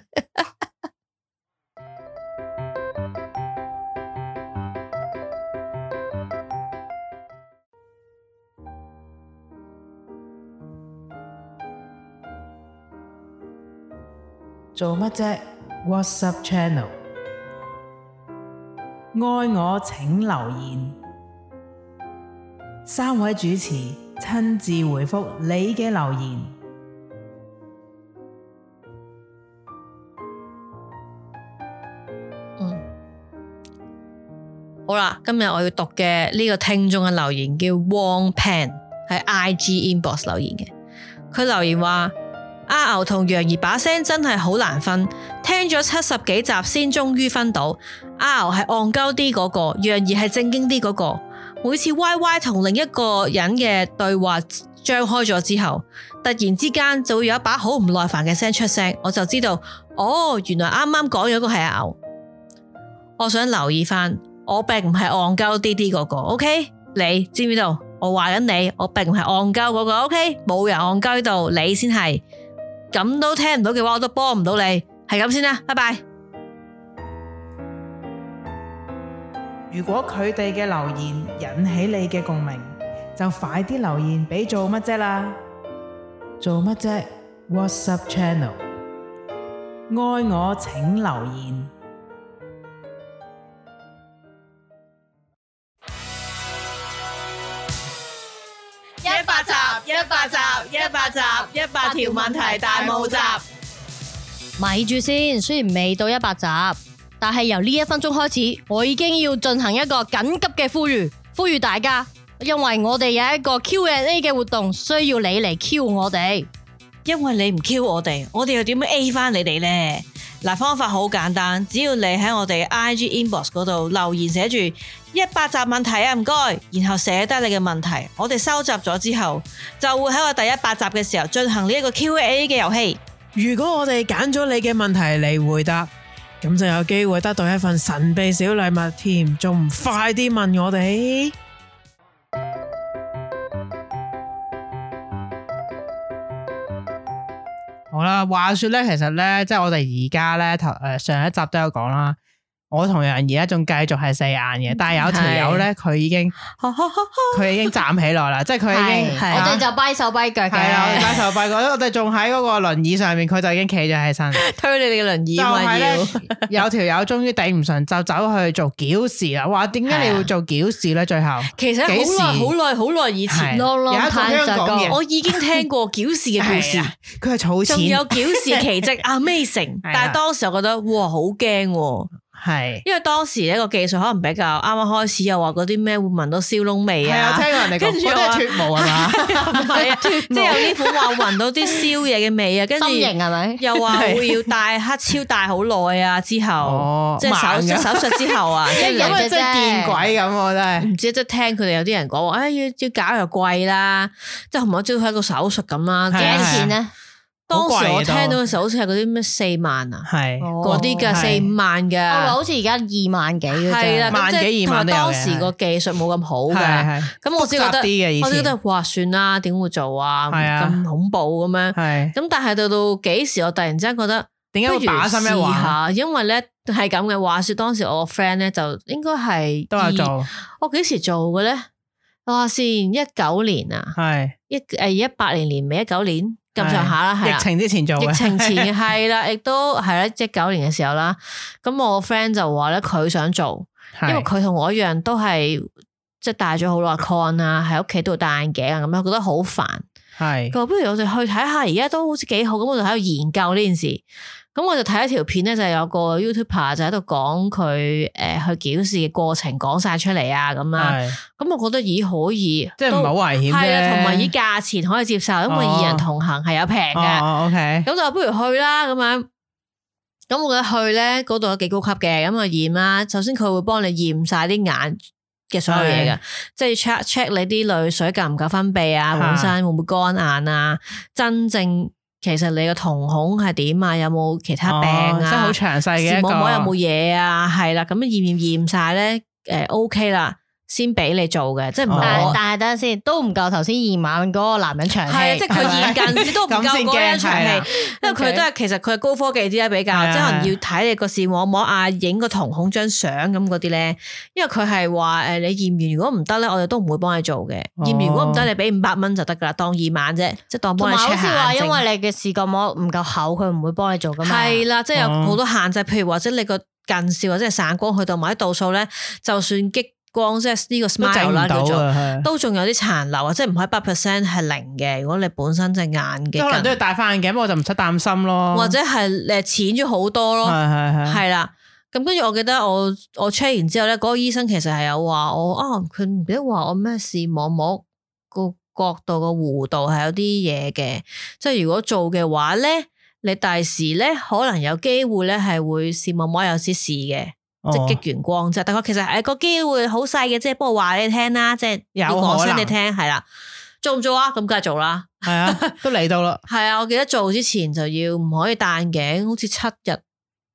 做乜啫？WhatsApp channel，愛我請留言，三位主持親自回覆你嘅留言。
嗯好啦，今日我要讀嘅呢個聽眾嘅留言叫 Wong Pan，喺 IG inbox 留言嘅。佢留言話：阿牛同楊怡把聲真係好難分，聽咗七十幾集先終於分到 R 係戇鳩啲嗰個，楊怡係正經啲嗰個。每次 Y Y 同另一個人嘅對話張開咗之後，突然之間就會有一把好唔耐煩嘅聲出聲，我就知道哦，原來啱啱講咗個係阿牛。我想留意翻，我並唔係戇鳩啲啲嗰個，OK？你知唔知道？我話緊你，我並唔係戇鳩嗰個，OK？冇人戇鳩到，你先係。咁都聽唔到嘅話，我都幫唔到你，係咁先啦，拜拜。
如果佢哋嘅留言引起你嘅共鳴，就快啲留言俾做乜啫啦！做乜啫？WhatsApp channel，愛我請留言。
一百集，一百集，一百集，一百條問題大募集。咪住先，雖然未到一百集，但係由呢一分鐘開始，我已經要進行一個緊急嘅呼籲，呼籲大家，因為我哋有一個 Q&A 嘅活動，需要你嚟 Q 我哋。
因為你唔 Q 我哋，我哋又點樣 A 翻你哋呢？嗱，方法好簡單，只要你喺我哋 IG inbox 嗰度留言寫住一百集問題啊，唔該，然後寫低你嘅問題，我哋收集咗之後，就會喺我第一百集嘅時候進行呢一個 Q&A 嘅遊戲。
如果我哋揀咗你嘅問題嚟回答，咁就有機會得到一份神秘小禮物添，仲唔快啲問我哋？好啦，話說咧，其實咧，即係我哋而家咧，頭誒上一集都有講啦，我同楊怡咧仲繼續係四眼嘅，但嗯係有條友咧，佢已 經佢已經站起來啦，即係佢已經啊
係
我哋就跛手跛腳
係啦，我哋
嘅，
拜頭拜過，我哋仲喺嗰個輪椅上面，佢就已經企咗起身。
推你哋嘅輪椅
就
嘛
係咧
要。，
有條友終於頂唔順，就走去做矯視啦。話點解你
啊
會做矯視咧？最後
其實
幾時
好耐好耐好耐以
係
前，
long
有
long
一個香港
time
人，
我已經聽過矯視嘅 故事
係。啊佢係儲
仲有
錢，
矯視奇 蹟 Amazing，
係啦
但係當時我覺得哇好驚喎，
係
因為當時呢個技術可能比較啱啱開始，又話嗰啲咩會聞到燒窿味
係啊，
啊
聽，過人哋
跟
講，我
住
都
我
係脱毛係嘛？
唔係啊，即係有呢款話聞到啲燒嘢嘅味啊，跟住
心形係咪？
又話會要戴黑超戴好耐啊，之後
哦
即係手
盲㗎
手術之後 啊，即
咁
係
人
兩
嘅
啊，
啫
真係見鬼咁，我真係。
唔知即係聽佢哋有啲人講話，誒要要搞又貴啦，即係同埋即係一個手術咁啦。
幾
係
多
啊
錢咧？
當時
好
我
貴
聽
啊
到嘅時候，好似係嗰啲咩四萬啊。
係
哦
嗰啲噶
係
四五萬
我話
噶，
好似而家二萬幾嘅啫
啊係啦，
萬
咁即
幾
係
二萬都
同
有
埋
嘅
當時個技術冇咁好
係
噶，
係
哦咁我只覺
複雜
得，
啲啊嘅以前
我只覺得哇算啦，點會做啊，
係啊
咁恐怖咁樣，
係
咁但係到到幾時我突然之間覺得，
點解
不
會
如
把心一
試
橫啊
下，因為咧係咁嘅，話說當時我個 friend 咧就應該係
都有
二，
做
我幾時做嘅咧？我話先一九年啊，
係
一誒一八年年尾一九年咁上下啦，係啦啊
疫。情之前做啊嘅
疫情 前係啦，亦都係啦，一九年嘅時候啦。咁我個 friend 就話咧，佢想做，因為
係
佢同我一樣都係即係戴咗好耐 con 啊，喺屋企度戴眼鏡啊，咁樣覺得好煩。
係
佢話不如我哋去睇下，而家都好似幾好，咁我就喺度研究呢件事。咁我就睇一條片咧，就有個 YouTuber 就喺度講佢誒去矯視嘅過程，講晒出嚟啊咁啦。
係
咁我覺得咦可以，
即係唔係好危險
係啊，
啫，
同埋以價錢可以接受，因為二人同行係有平嘅。
哦，OK，
咁就不如去啦咁樣。咁我覺得去咧嗰度有幾高級嘅，咁啊驗啦。首先佢會幫你驗晒啲眼嘅所有嘢
係
嘅，即係 check check 你啲淚水夠唔夠分泌啊，
嚇
本身會唔會乾眼啊，真正其實你個瞳孔係點啊，有冇其他病
哦即係
啊
好，詳細嘅
視
一個
網膜有冇嘢啊，係啦，咁驗驗驗晒咧，誒 OK 啦，先俾你做嘅，
哦
即係唔係
但
我
係。但係等陣先，都唔夠頭先二萬嗰個男人長氣，
係啊，即係佢驗
咪
近視都唔夠嗰一場
係
戲
啦，
因為佢都係其實佢係高科技啲啦，比較
係啊
即係可能要睇你個視網膜啊，影個瞳孔張相咁嗰啲咧。因為佢係話誒，你驗完如果唔得咧，我哋都唔會幫你做嘅。
哦
驗完如果唔得，你俾五百蚊就得噶啦，當二萬啫，即係當幫
同
你
埋好
check
似
下
話，
眼
因
睛
為你嘅視覺膜唔夠厚，佢唔會幫你做噶嘛。
係啦，即係有
哦
好多限制，譬如或者你個近視或者係散光去到某啲度數咧，就算激光即係呢個
都整
smile
唔
啦叫
到
做。
啊，係
都仲有啲殘留啊，即係唔可以百 percent 係零嘅。如果你本身隻眼嘅
即係可能
近
都要戴翻眼鏡，我就唔使擔心咯。
或者係誒淺咗好多咯，
係係係
係啊啦。咁跟住我記得我我 check 完之後咧，嗰、個醫生其實係有話我啊，佢唔記得話我咩視網膜個角度個弧度係有啲嘢嘅，即係如果做嘅話咧，你第時咧可能有機會咧係會視網膜有啲事嘅，即係
哦
激完光啫。但係其實係個機會好細嘅，即係不過話你聽啦，即係
有
要講
可
聲
能
你聽係啦。做唔做啊？咁梗係做啦。
係 啊，都嚟到啦，
係啊，我記得做之前就要唔可以戴眼鏡，好似七日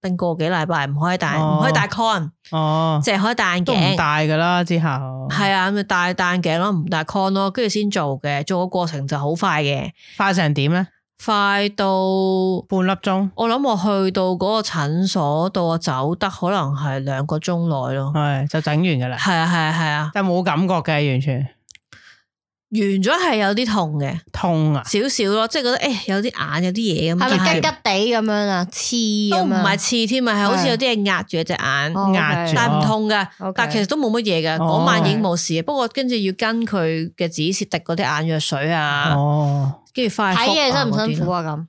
定個幾禮拜唔可以戴，唔、
哦
可以戴 con，
哦，
淨係可以戴眼
都唔
鏡。
大噶啦，之後
係啊，咁咪戴戴眼鏡咯，唔戴 con 咯，跟住先做嘅。做個過程就好快嘅，
快成點咧？
快到我
半粒鐘
諗我去到嗰個診所到我走得可能係兩個鐘內咯。
係就整完噶啦，
係啊係啊係啊，
但冇感覺嘅，完全
完咗係有啲痛嘅，
痛啊！
少少咯，即係覺得誒有啲眼有啲嘢咁。
係咪
結
吉吉
結
地咁樣啊？黐
都
咁
唔係刺添啊，係好似
係
有啲嘢壓住隻眼。
哦
壓住
但係唔
哦
痛噶
OK
但係其實都冇乜嘢嘅。
哦
嗰晚已經冇事，不過跟住要跟佢嘅指示滴嗰啲眼藥水啊，
哦，
跟住快
睇
覆啊
嘢辛唔辛苦
嗰啲咯？
啊？咁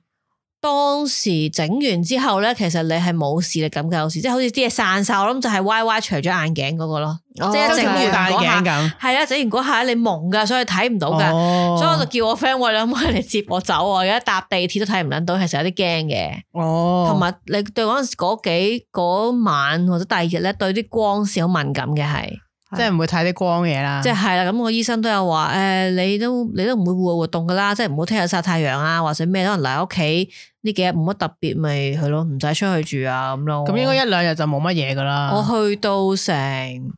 當時整完之後咧，其實你係冇視力感嘅，有時即係好似啲嘢散晒，我諗就係 Y Y 除咗眼鏡嗰個咯，
哦
即係
即係
整完
冇戴
嗰下
眼鏡，咁。
係啊，整完嗰下你蒙噶，所以睇唔到噶。
哦
所以我就叫我 friend 喂，你可唔可以嚟接我走啊？而家搭地鐵都睇唔撚到，其實有啲驚嘅。
哦，
同埋你對嗰陣時嗰幾嗰晚或者第二日咧，對啲光線好敏感嘅係。
即係唔會睇啲光嘢啦，
即係啦，咁個醫生都有話，誒、你都你都唔會戶外活動噶啦，即係唔好聽日曬太陽啊，或者咩，可能留喺屋企呢幾日冇乜特別，咪係咯，唔使出去住啊咁咯。
咁應該一兩日就冇乜嘢噶啦。
我去到成，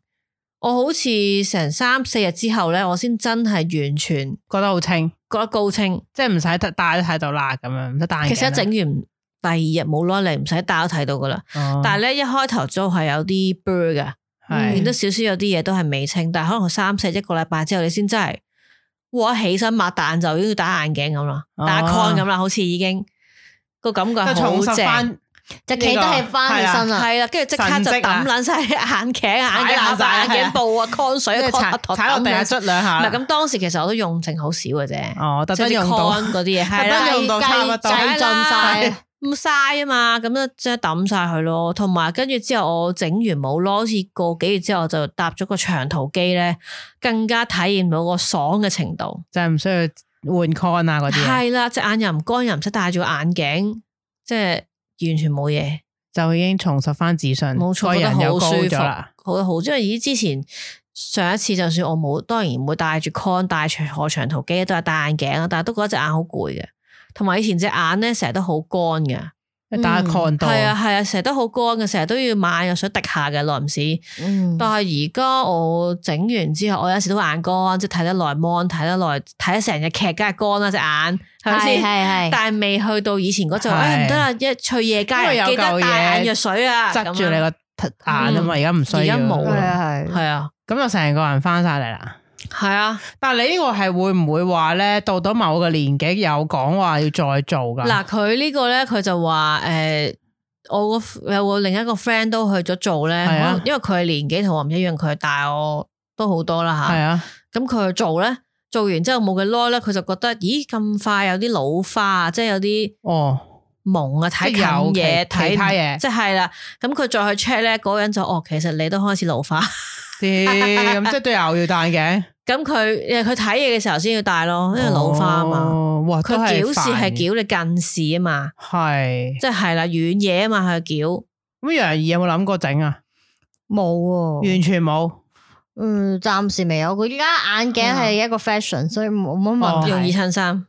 我好似成三四日之後咧，我先真係完全
覺得好清，
覺得高清。
即係唔使戴戴喺度啦，咁樣唔使戴眼鏡啦。
其實一整完第二日冇耐你唔使戴都睇到噶啦。
哦，
但係咧一開頭都係有啲 blur 嘅。
係
見到少少有啲嘢都係未清，但係可能三四一個禮拜之後，你先真係，哇！一起身擘大眼就已經要打眼鏡咁啦，
哦
打 con 咁啦，好似已經個感
就
覺好
重拾
正，
翻，
就企得起翻起身啊啦。
係啦，跟住即刻
神
就
跡啊
抌撚晒眼鏡、
踩
眼
爛
鏡、
晒
眼鏡布啊、con
即
水啊、
係踩
con
踩落地下啊捽兩
唔
下。
係咁，當時其實我都用剩好少嘅啫，
哦，特
即
登
係啲
用到
con 嗰啲嘢係
特登
啦
用。到差唔多
計盡晒，
咁嘥啊嘛，咁就即係抌晒佢咯。同埋跟住之後，我整完冇咯，好似個幾月之後我就搭咗個長途機咧，更加體驗到個爽嘅程度。
就係唔需要換 con 啊嗰啲啊，
係啦，隻眼又唔乾，又唔使戴住個眼鏡，即係完全冇嘢，
就已經重拾翻自信，
冇錯，
個
覺得
人
好
又高
舒
咗
服，
啦。
好得好。因為咦，之前上一次就算我冇，當然唔會戴住 con 戴長我長途機都係戴眼鏡啦，但係都覺得隻眼好攰嘅。同埋以前隻眼咧成日都好乾嘅。
打 con 多，
係啊係啊，成日都好乾嘅，成日都要買眼藥水滴下嘅，耐唔時。
嗯，
但係而家我整完之後，我有時都眼乾，即係睇得耐 mon，睇得耐，睇得成日劇，梗係乾啦隻眼，係咪
係
先？
係係，
但係未去到以前嗰陣，
係
哎唔得啦，一去夜街
因為有
記得
嚿
帶
嘢
眼藥水啊，嗯
側住你個眼啊嘛，而家唔需要，
而家冇
係啊係。
係啊
咁就成個人翻晒嚟啦。
係啊。
但係你呢個係會唔會話咧？到到某個年紀有講話要再做噶？
嗱，佢呢個咧，佢就話誒，我個有個另一個 friend 都去咗做咧，
係啊
可能因為佢年紀同我唔一樣，佢大我都好多啦吓。
係啊，
咁佢去做咧，做完之後冇幾耐咧，佢就覺得咦咁快有啲老花啊，即係有啲
哦，
蒙啊，睇
即係有
近嘢，
其
睇
其他嘢
即係啦。咁佢再去 check 咧，嗰個人就哦，其實你都開始老化。
啲咁即係都有要戴嘅，
咁佢因為佢睇嘢嘅時候先要戴咯，因為老花啊嘛。
哦，哇，
佢
都係
矯視係
煩嘅，
矯你近視啊嘛，
係
即係啦，遠嘢啊嘛，佢矯。
咁楊怡有冇諗過整啊？
冇喎，
完全冇，
嗯，暫時未有。佢而家眼鏡係一個 fashion，所以冇乜問
啊哦
用二
題。
襯三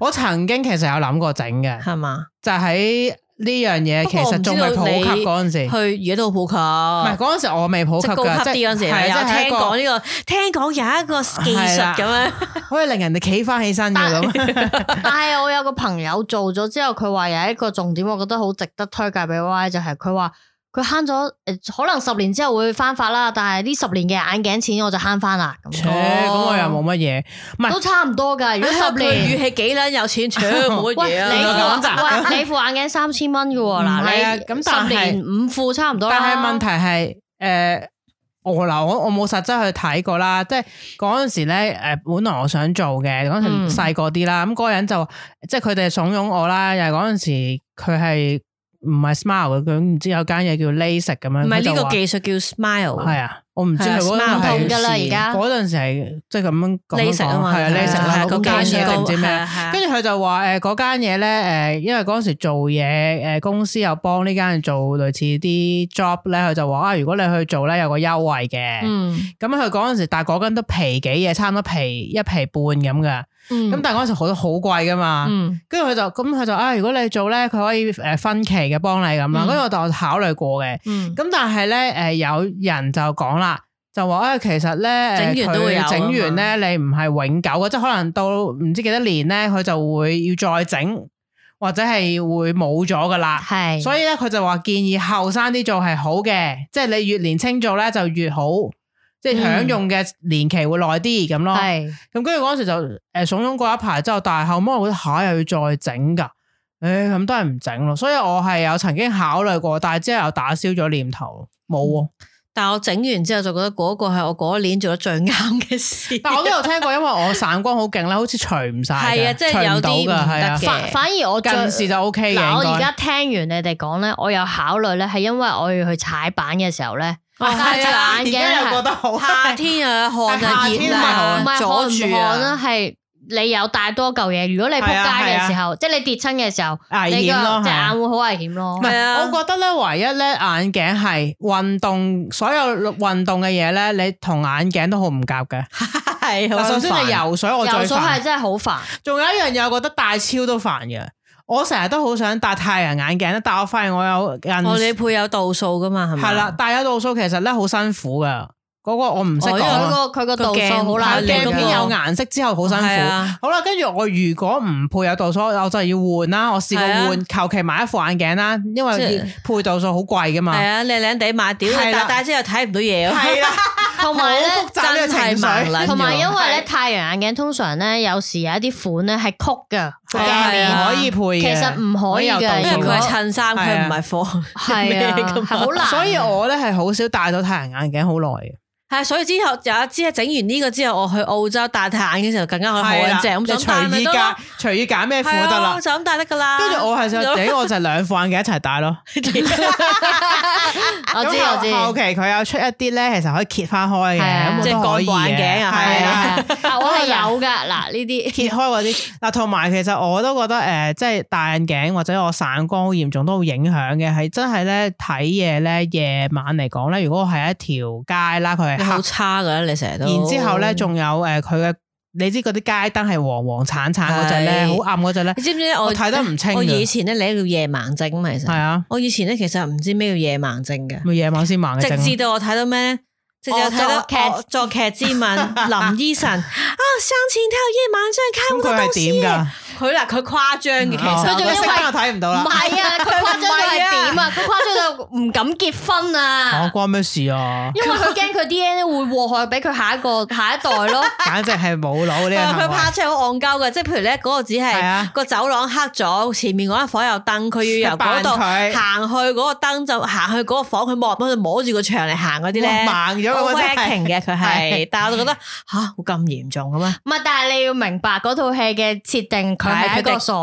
我曾經其實有諗過整嘅，
係嘛？
就喺呢樣嘢
不
其
過我
實
唔
仲
知道
未普及
你
嗰陣時，
去而家都好普及，
唔係嗰陣時我未普
哦即
及
係高
㗎
級啲嗰陣時，
係
有
即係一
聽
個
講呢個，聽講有一個技
係
術
啦
咁樣。
可以令人哋企翻起身嘅 咁。
但係我有個朋友做咗之後，佢話有一個重點，我覺得好值得推介俾 Y，就係佢話佢慳咗誒，可能十年之後會翻發啦，但係呢十年嘅眼鏡錢我就慳翻啦，咁
切
哦
咁我又冇乜嘢，唔
都
係
差唔多㗎。如果十
佢語
年
氣幾撚有錢，搶冇乜
喂，
嘢
你
啊！
講
副
咋
喂你副眼鏡三千蚊嘅喎，
唔係啊
嗱，你
咁但係
十年五副差唔多啦。
但係問題係誒。我嗱，我我冇實質去睇過啦，即係嗰陣時咧，誒，本來我想做嘅，嗰陣
嗯
時細個啲啦，咁嗰個人就即係佢哋慫恿我啦，又係嗰陣時佢係唔係 Smile 嘅，佢唔知有間嘢叫 Lasik 咁樣，
唔係呢
個
個技術叫 smile，
係啊，我唔知
係啊
佢嗰陣
Smile
係
唔同
㗎啦
時
而家
嗰陣時係即係咁樣講講，
Lasik 啊嘛
係啊
係啊
Lasik 啦，
係個
嗰間
技術
嘢定唔知
高係
咩
啊係啊？
跟住佢就話誒嗰間嘢咧誒，因為嗰陣時做嘢誒呃公司又幫呢間做類似啲 job 咧，佢就話啊，如果你去做咧有個優惠嘅。
嗯，
咁佢嗰陣時，但係嗰間都皮幾嘢，差唔多皮一皮半咁噶。咁
嗯
咁
但係嗰陣時好好貴噶嘛。
嗯
跟住佢就咁佢就啊，如果你做咧，佢可以誒分期嘅幫你咁啦。
嗯
跟住我就考慮過嘅。
嗯
咁但係咧誒，有人就講啦，就話啊，其實咧誒
整完都會有
佢
㗎
整
嘛
完咧，你唔係永久嘅，即係可能到唔知幾多年咧，佢就會要再整，或者係會冇咗噶啦。
係，
啊所以咧，佢就話建議後生啲做係好嘅，即係你越年青做咧就越好，即
嗯
係享用嘅年期會耐啲咁咯。
係
咁跟住嗰陣時就誒慫恿過一排之後，但係後尾我覺得下又要再整㗎，誒咁都係唔整咯。所以我係有曾經考慮過，但係之後又打消咗念頭，冇喎。
嗯但我整完之後就覺得嗰個係我嗰一年做得最啱嘅事。
但我都有聽過，因為我散光好勁啦，好似除唔晒㗎，
係啊即係
除唔
有啲
到㗎，
唔得
係啊
嘅，
反反而我最
近視就 O K 嘅。
嗱，我
應該
而家聽完你哋講咧，我有考慮咧，係因為我要去踩板嘅時候咧，
哦
戴
係
住
啊
眼
而家又覺
鏡
得好
夏天啊，
但
汗
夏
啊，熱
天
啊，
係唔係
阻
汗唔
住
汗
啊
啦，，係你有帶多嚿嘢。如果你仆
係啊
街
係啊
嘅時候，即係你跌親嘅時候，
危
你
險咯
個隻
係啊
眼會好危險咯
唔。係
係啊
我覺得咧，唯一咧眼鏡係運動，所有運動嘅嘢咧，你同眼鏡都好唔夾嘅。
係
嗱，首先你游水我最
游水係
煩，
真係好 煩，
仲有一樣嘢，我覺得戴超都煩嘅。我成日都好想戴太陽眼鏡咧，但我發現我有近
我哋配有度數噶哦嘛，係咪？
係啦，，戴咗度數其實咧好辛苦噶。嗰個我唔識
哦因為
講啊。
佢個佢個度數好
個
係啊
難
你嗰
鏡
個
片
定
有顏色之後好辛
係
苦
啊。
好啦，跟住我如果唔配有度數，我就要換啦。我試過
係啊
換，求其買一副眼鏡啦，因為
即係
要配度數好貴噶嘛。
係啊，靚靚地買，屌
係啦
你戴戴之後睇唔到嘢啊，
係啦，
同埋咧
好複雜呢個
真係
情
盲
緒
撚，
同埋因為咧
係
太陽眼鏡通常咧有時有一啲款咧係曲嘅，
係
係
唔
啊係啊
可以配嘅，
其實唔可以嘅
有度
因為
數
佢係襯衫，
係啊
佢唔係貨。
係啊，係好難。
所以我咧係好少戴到太陽眼鏡好耐嘅。
係，啊所以之後有一支啊整完呢個之後，我去澳洲戴太眼鏡嘅時候更
啊
加可以好撚正，咁
你
想戴
隨
咪
意
得
揀
咯，，啊
隨意揀咩
係
褲都得
啊，
啦
就。咁戴得噶啦。
跟住我係想
咁
頂，我就兩副眼鏡一齊戴咯。
我知我知，
咁後後期佢有出一啲咧，其實可以揭翻開嘅，
係啊
咁我
即係
都可以嘅。
鋼管鏡啊
係
係
啦
啊。
啊我係有噶嗱呢啲，
揭開嗰啲嗱，同埋其實我都覺得誒、呃即係戴眼鏡或者我散光好嚴重都好影響嘅，係真係咧睇嘢咧夜晚嚟講咧，如果係一條街啦，佢係
你
黑
好啊差噶，你成日都。
然之後咧，仲有誒佢嘅，你知嗰啲街燈係黃黃橙橙嗰只咧，好
係
暗嗰只咧
你，知唔知我
我睇得唔清
我以
嘅，
前咧，你叫夜盲症嘛，其
係
實
啊，
我以前咧其實唔知咩叫夜盲症嘅，
咪夜晚先盲嘅症
直至
咯。
到我睇到咩咧，直至我睇到
哦作劇
哦作劇之 吻林醫生啊，生前他有夜盲症，看
咁
不
佢
到東
係
西
點㗎？
佢嗱佢誇張嘅，其
哦
實
哦佢仲
我
因
覺
為
得
色卡睇唔到啦
唔。係 啊，佢誇張到係點啊？佢誇張到唔敢結婚
我
啊！
哦關咩事啊？
因為佢驚 佢 DNA 會禍害俾佢下一個下一代咯。
簡直係冇腦呢個
佢
行為
拍出好戇鳩嘅，即係譬如咧嗰個只
係啊
係個走廊黑咗，前面嗰間房有燈，佢要由嗰度
佢扮佢
行去嗰個燈就行去嗰個房，佢摸摸摸住個牆嚟行嗰啲咧，
哇盲咗嘅
好
喎真係
working 嘅佢係，但係我就覺得吓會咁嚴重嘅咩？
唔係，但係你要明白嗰套戲嘅設定，佢
係
係一個
佢哋
傻。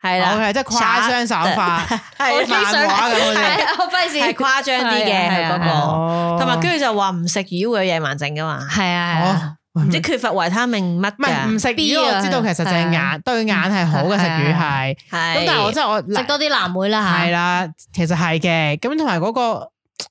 係啦，
我係真係誇張手法，
係
漫畫咁好似
係啊，我費事
係誇張啲
係
嘅
啊係
佢嗰
啊係啊
個，
哦
同埋跟住就話唔食魚會有夜盲症噶嘛，
係啊，係啊
哦，
唔知缺乏維他命乜
唔係唔
㗎，
食
B
魚，
啊
我知道其實就係
係啊
眼對眼係好嘅食魚係，咁
係
但係我真係我
食多啲藍莓啦吓。
係啦，其實係嘅，咁同埋嗰個，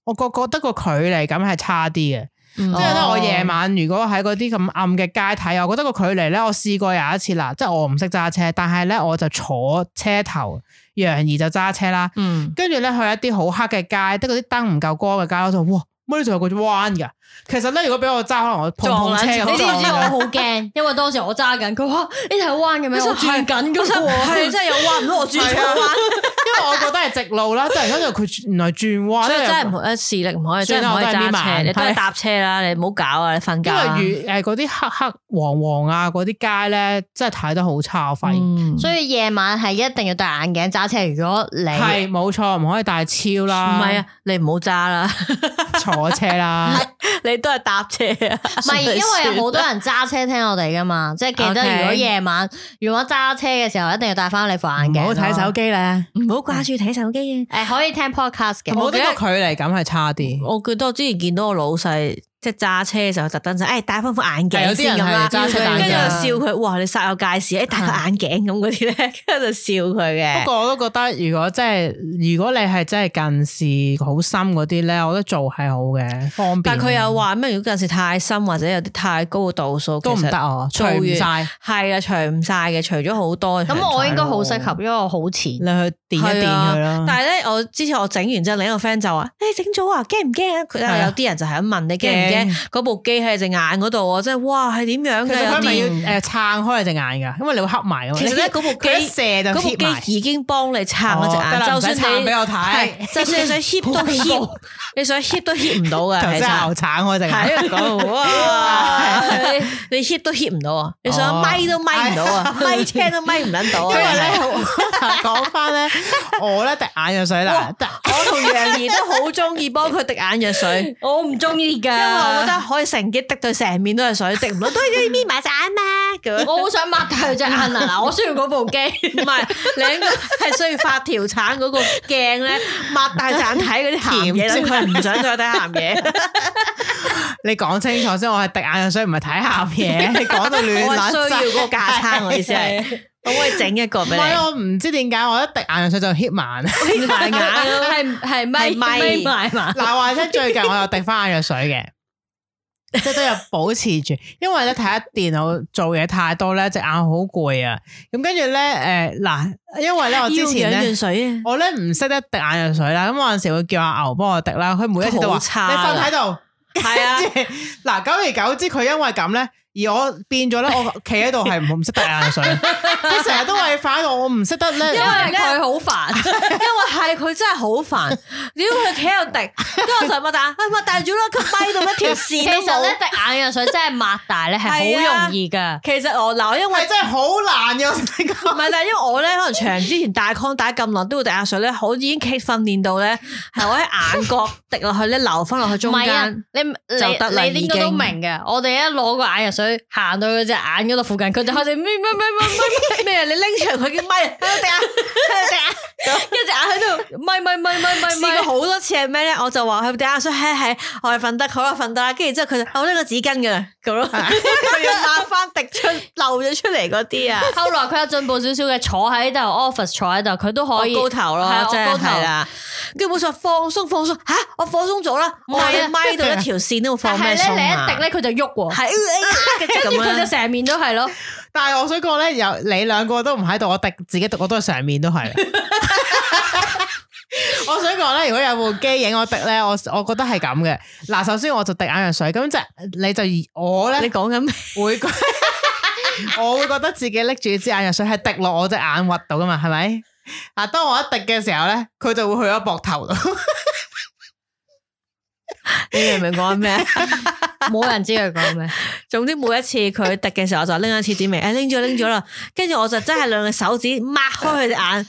我覺覺得個距離感係差啲嘅，
嗯，
哦
即
即
係咧我夜晚如果喺嗰啲咁暗嘅街睇，我覺得個距離咧，我試過有一次啦，即係我唔識揸車，但係咧我就坐車頭，楊怡就揸車啦，
嗯
跟住咧去一啲好黑嘅街，得嗰啲燈唔夠光嘅街，我就哇乜呢度有個彎噶？其實咧如果俾我揸，可能我碰碰車咁
撞
你知唔知
撞
我
啊
㗎
好驚？因為當時我揸緊，佢話呢條彎嘅咩？我轉緊噶
係
喎。
真係有彎唔到我轉咗
啊
彎。
因為我覺得係直路啦，突然間就佢轉原來轉彎啊咧，
所以真係唔 好，視力唔可
算
以，真係
啦
唔可以
我都係搣盲
揸車，你都
係啊
係搭車啦，你唔好搞啊，你瞓覺
因
啊。
為越誒嗰啲黑黑黃黃啊，嗰啲街咧，真係睇得好差，我發現
嗯
所以夜晚係一定要戴眼鏡揸車。如果你
係冇錯，唔可以戴超
唔啊
啦，
係啊，你唔好揸啦，
坐車啦，
你都係搭車啊？
唔係，因為有好多人揸車聽我哋噶 嘛，即係記得
OK
如果夜晚如果揸車嘅時候，一定要戴翻你副眼鏡。
唔好睇手，機咧，
唔好掛住睇手機啊！
誒可以聽 podcast 嘅。
我覺得個距離感係差啲。
我記得我之前見到我老細即係揸車嘅時候，特登就誒戴翻副眼
係有
鏡
啲人
先咁啦，
係揸車戴
跟住
眼
就笑佢，哇！你煞有介事，誒哎戴個眼鏡咁嗰啲咧，跟住就笑佢嘅。
不過我都覺得，如果真係如果你係真係近視好深嗰啲咧，我覺得做係好嘅，方便。
但佢又話咩？如果近視太深或者有啲太高嘅度數，
都唔得哦，除唔晒，
係啊，除唔晒嘅，除咗好多。
咁我應該好適合，因為我好
你
淺。
去電一電佢啦。
但係咧，我之前我整完之後，另一個 friend 就話：你整咗啊，驚唔驚啊？佢
係啊
有啲人就係咁問你驚唔驚？嗰部機喺隻眼嗰度啊，即係哇，係點樣
其
嘅？
實佢咪
有啲
啊要誒撐開你隻眼㗎，因為你會黑埋㗎嘛。
其實咧嗰部機
佢一射就
嗰
貼埋
部。機已經幫你撐嗰隻
哦得啦
眼，
唔
就
使
算
撐
你
俾我睇
係就算 你想 hip 都 hip，你想 hip 都 hip 唔到嘅，
頭
其
先
實
牛。橙開隻
係啊
眼，
講哇， 你 hit 都 hit 唔到啊！你想咪都咪唔到啊，咪聽都咪唔撚到
因為
啊！
咧我 講翻咧，我咧滴眼藥水啦，但
我同楊怡都好中意幫佢滴眼藥水，啊
我唔中意㗎，
因為我覺得可以成幾滴到成面都係水，滴唔到都已經眯埋隻 眼啦咁樣。
我好想擘大佢隻眼啊！ 嗱，我需要嗰部機。
唔係，你應該係需要發條橙嗰個鏡咧，擘大隻眼睇嗰啲鹹嘢，等佢唔想再睇鹹 嘢。
你講清楚先，我係滴眼藥水，唔係睇下嘢。 你講到亂
我
撚
係需
晒
要嗰個架撐，我意思係，可唔可以整一個
唔
俾你？
係我唔知點解，我一滴眼藥水就 hit 埋。
眯埋眼咯。
係係咪
啊係咪
咪埋嘛？
嗱，話聽最近我又滴翻眼藥水 嘅，即係都有保持住，因為咧睇下電腦做嘢太多咧，隻眼好攰啊。咁跟住咧，誒、嗱，因為 咧我之前
要養
咧
潤。水啊！
我咧唔識得滴眼藥水啦，咁我有陣時會叫阿牛幫我滴啦，佢每一次都
佢好
話
差
你
㗎
瞓喺度，
係啊
即係嗱久而久之，佢因為咁咧，而我變咗咧，我 企喺度係唔唔識滴眼藥水，佢成日都話要反我，我唔識得咧，
因為佢好煩。
因為係佢真係好煩，屌佢企喺度滴，跟住我就擘大眼，擘大咗啦，佢咪到一條
其
線都
實咧
冇。
滴眼藥水真係擘大咧係
係啊
好容易㗎。
其實我嗱，因為
係真係好難嘅，我同你
唔
講
係，但係因為我咧，可能長之前戴 con 戴咁耐，都會滴眼水咧，我已經企訓練到咧，係我喺眼角滴落去咧，流翻落去中
唔係啊，
間。
你
就得啦
你你應該都明嘅。我哋一攞個眼藥水行到佢隻眼嗰度附近，佢就開始咩咩咩咩咩咩，
咩？你拎出嚟佢嘅咪喺度滴啊！
一隻眼喺度咪咪咪咪咪
試過
咪。
好多次係咩咧？我就話佢滴眼水，係係，我係瞓得，好啦，瞓得啦。跟住之後佢就我呢個紙巾㗎啦，咁咯， 佢要抹翻滴出漏咗出嚟嗰啲啊。
後來佢有進步少少嘅，坐喺度 office 坐喺度，佢都可以
我高頭
係啊
咯，
我
真
高頭
係啦。基本上放鬆放鬆吓，我放鬆咗啦，
唔
我
係
係
啊
咪到一條線都會
但
放
係
咩鬆
咧，你一
啊
滴？咧佢就喐喎，
係跟
跟住
住
佢
佢
就
就
成面都係咯。
但係我想講咧，有你兩個都唔喺度，我滴自己滴我都係上面都 係。我想講咧，如果有部機影我滴咧，我我覺得係咁嘅。嗱，首先我就滴眼藥水，咁就你就我咧
你講 緊咩
會覺， 我會覺得自己拎住支眼藥水係滴落我隻眼核度噶嘛，係咪？嗱，當我一滴嘅時候咧，佢就會去咗膊 頭度。
你明唔明講緊咩？
冇人知佢講咩，
總之每一次佢滴嘅時候，我就拎咗廁紙未，誒拎咗拎咗啦，跟住我就真係兩隻手指抹開佢隻眼。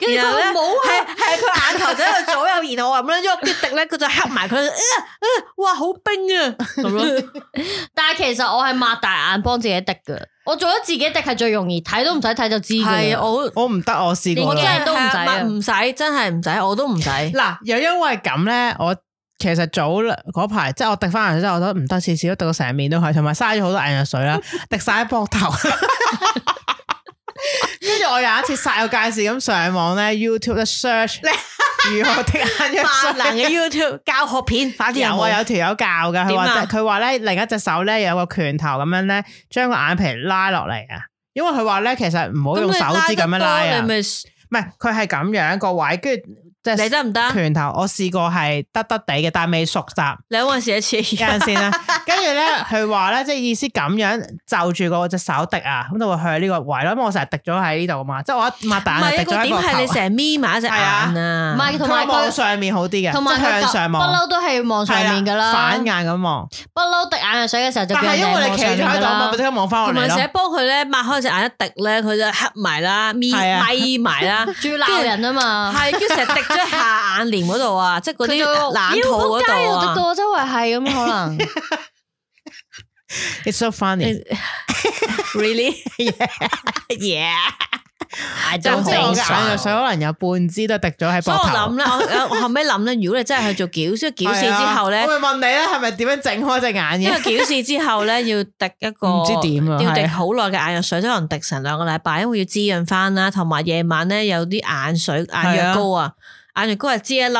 跟住佢
然後咧
話冇
係
啊，
係佢眼頭就喺度左右移，我咁樣喐，跟住滴咧佢就黑 埋佢，呃呃哇好冰啊咁咯。
但係其實我係擘大眼幫自己滴嘅，我做咗自己滴係最容易睇都唔使睇就知嘅。
係啊，我
我唔得，我試過
我
啦
真。係都唔使啊
抹唔使真係唔使，我都唔使。啊
嗱，又因為咁咧，我其實早兩嗰排，即係我滴翻眼藥之後，我覺得唔得，次次都滴到成面都係，同埋嘥咗好多眼藥水 啦，滴晒喺膊頭。跟住我有一次煞有介事咁上網咧，YouTube 咧 search 如何滴眼 藥
萬
水。
能嘅 YouTube 教學片，快啲
有啊，有
有
條友教噶，佢話
點
即
啊
係佢話咧，另一隻手咧有個拳頭咁樣咧，將個眼皮拉落嚟啊。因為佢話咧，其實唔好用手指咁樣拉啊
à?
你，咪
唔係佢係咁樣個位，跟住即係
你得唔啊得？
拳頭，我試過係得得地嘅，但係未熟習。
兩位試一次，
有陣先啦，跟住咧，佢話咧，即係意思咁樣就住個隻手滴啊，咁就會去呢個位咯。因為我成日滴咗喺呢度啊嘛，即係我一擘
唔
À,
大
係
眼
一
就滴咗
個
喺
點係
個
你
頭。
成眯埋一隻眼啊，
唔係同埋
佢望
佢
上面好啲嘅，
同埋
即係向
佢
上
就不
望，
嬲都係望上面噶
係啊
啦，
反眼咁望。
不嬲滴眼藥水嘅時候就
但
叫
係
人
因為
哋
你
望
企
上
咗
面
喺
㗎
度啊
啦
嘛，咪即刻望翻落嚟
同埋成日
咯。
幫佢咧抹開隻眼一滴咧，佢就黑埋啦，眯
à?
係啊
眯埋啦，
仲要鬧人啊嘛，
係跟住成日滴即係下眼簾嗰度啊，即係嗰
佢就
啲冷
妖
肚嗰
仆街
度
又
啊
得。到，周圍係咁 可能。
It's so funny。
Really？
就即係我嘅眼藥
I don't think so
水可能有半支都滴咗喺
所以
膊
我
頭。
諗咧，我我後尾諗咧，如果你真係去做矯視，矯視
à?
之後咧
我。咪問你咧，係咪點樣整開隻眼
因為
嘅？
矯視之後咧，要滴一個
唔知點啊
要滴
係
好耐嘅眼藥水，即係可能滴成兩個禮拜，因為要滋潤翻啦，同埋夜晚咧有啲眼水眼藥膏啊，眼藥膏係支一粒，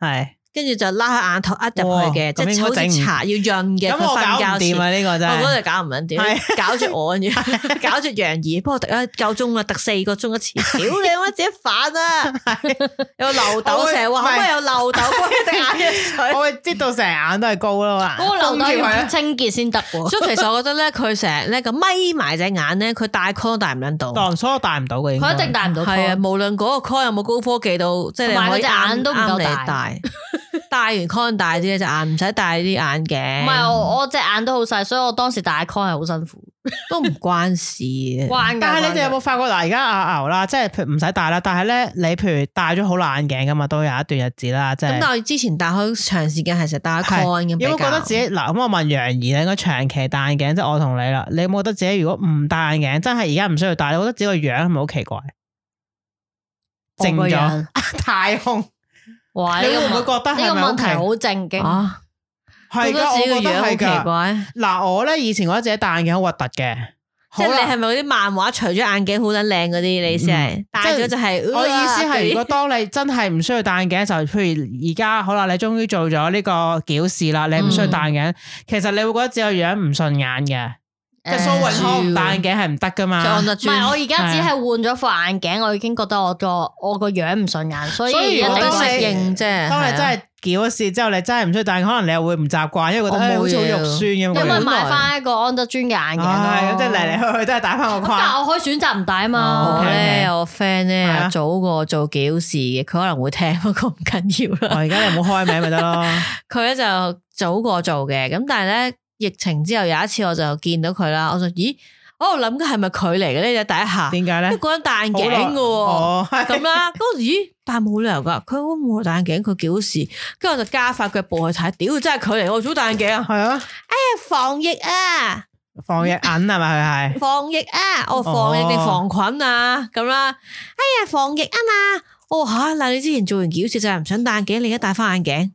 係
跟住就拉喺眼頭呃入去嘅，
哇
即係
咁
好
應該整唔
似搽要潤嘅。
咁
佢
我搞唔
瞓覺時
掂啊！呢個真
我嗰
係
日搞唔撚
係
掂，搞住 我跟住搞住楊怡，不過我突然夠鐘啦，突四個鐘 一次，屌你媽自己反啊！有漏
我
豆
會
成日話，
唔
可
係
唔可以有漏 豆幫你滴眼藥水？
我會知道成眼都係高啦嘛。
嗰個流
封
底
住佢
要
啊
清潔先得喎。
所以其實我覺得咧，佢成日咧咁眯埋隻眼咧，佢戴 call 都戴唔撚到。
當所我戴唔到嘅應該，
佢一定戴唔到
係啊，
call
無論嗰個 call 有冇高科技到，即係你
同埋
可以
佢隻眼都唔夠
啱你
大
戴。戴完 con 大啲隻眼，唔使戴啲眼鏡。
唔係我我隻眼都好細，所以我當時戴 con 係好辛苦。
都唔關事嘅。
關㗎
但係你哋
關
有
㗎
冇發覺嗱？而家阿牛啦，即係譬如唔使戴啦，但係咧你譬如戴咗好耐眼鏡噶嘛，都有一段日子啦，即
咁但
係。
係之前戴開長時間係成日戴
係
con 咁比較
有冇覺得自己嗱？咁我問楊怡咧，應該長期戴眼鏡，即係我同你啦。你有冇覺得自己如果唔戴眼鏡，真係而家唔需要戴，你覺得自己個樣係咪好奇怪？
我個
靜咗
樣，
太空，
哇！
你
呢個
會唔會
問
覺得
呢
係
個
咪好
問
奇
題好正經，
啊？
係
覺得
噶，
自
我
己個
覺
樣
得
好
係
奇
噶。
怪。
嗱，我咧以前我覺得自己戴眼鏡好核突嘅，
即
好
係你
啦
係咪嗰啲漫畫除咗眼鏡好撚靚嗰啲？你意思係戴咗就係？
我意思
呃
係，如果當你真係唔需要戴眼鏡嘅時候，譬如而家好啦，你終於做咗呢個矯視啦，你唔需要戴
嗯
眼鏡，其實你會覺得自己個樣唔順眼嘅。即係蘇永康唔戴眼鏡係唔得噶
就按
嘛。
得
唔係，我
專。
而家只係換咗副眼鏡，我已經覺得我個我個樣唔順眼，所
所以
一定
如果
我
當
都
你
適
要
應啫。
當
係
你
啊
真係矯視之後，你真係唔需要戴眼鏡，可能你又會唔習慣，因為覺
我
得
冇
誒好似好
嘢
肉酸咁
因為
樣。
買翻一個安德尊嘅眼鏡
唉，
咯，
即係嚟嚟去去都係戴翻個
咁但係
框。
我可以選擇唔戴啊嘛
我
哦。
咧
OK，OK
有個 friend
係
咧
啊
早過做矯視嘅，佢可能會聽，不過唔緊要
我
啦。
哦而家你唔好開名咪得 咯。
佢咧就早過做嘅，咁但係咧疫情之後有一次我就見到佢啦，我就咦，哦我喺度諗緊係咪佢嚟嘅呢？第一
點
下，
解
因為
咧？
嗰人戴眼鏡嘅喎。
哦，係
咁啦，咁我咦，但係冇理由噶，佢好冇戴眼鏡，佢矯視，跟住我就加快腳步去睇，屌真係佢嚟，我早戴眼鏡啊，
係啊，
防疫啊！
防疫銀係咪佢係？
防疫啊，哦，防疫定防菌啊，咁啦，哎呀，防疫啊嘛，哦吓，嗱，你之前做完矯視就係唔想戴眼鏡，你而家戴翻眼鏡，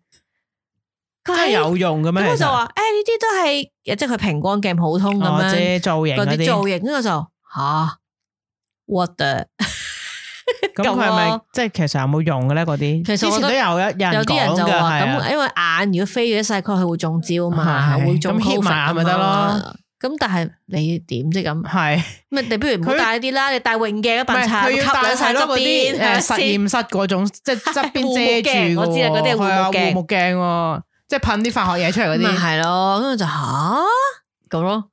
真
佢
係
係
有用嘅咩？
咁我
其
就
實
話，誒哎呢啲都係，即係佢平光鏡普通咁
哦即
樣
係造型
嗰
嗰
啲造
啲，
型，跟住我就吓，what the，
咁佢係
咁
咪
咯
即係其實有冇用嘅咧？嗰啲
其實
之
我
前
覺
都
得
有有有
有
人
啲人
講
就
嘅，
話
係
咁，
啊
因為眼如果飛咗細佢，佢會中招嘛，
係
會中
咁
COVID
hit 埋眼咪得咯
啊嘛咁但係你點啫咁？
係
咪你不如唔好
佢
戴呢啲啦，你戴泳鏡嘅
唔
笨
係
茶，
佢
吸
要
撚
戴
晒
係
側
咯嗰
邊，
啲誒
係
實
咪先
驗室嗰種，即 係側邊遮住
護
嘅喎，
目鏡我知啊嗰啲係護目
係啊
鏡
護目鏡喎，即係噴啲化學嘢出嚟嗰
咪
啲，
係咯，跟住就吓咁咯。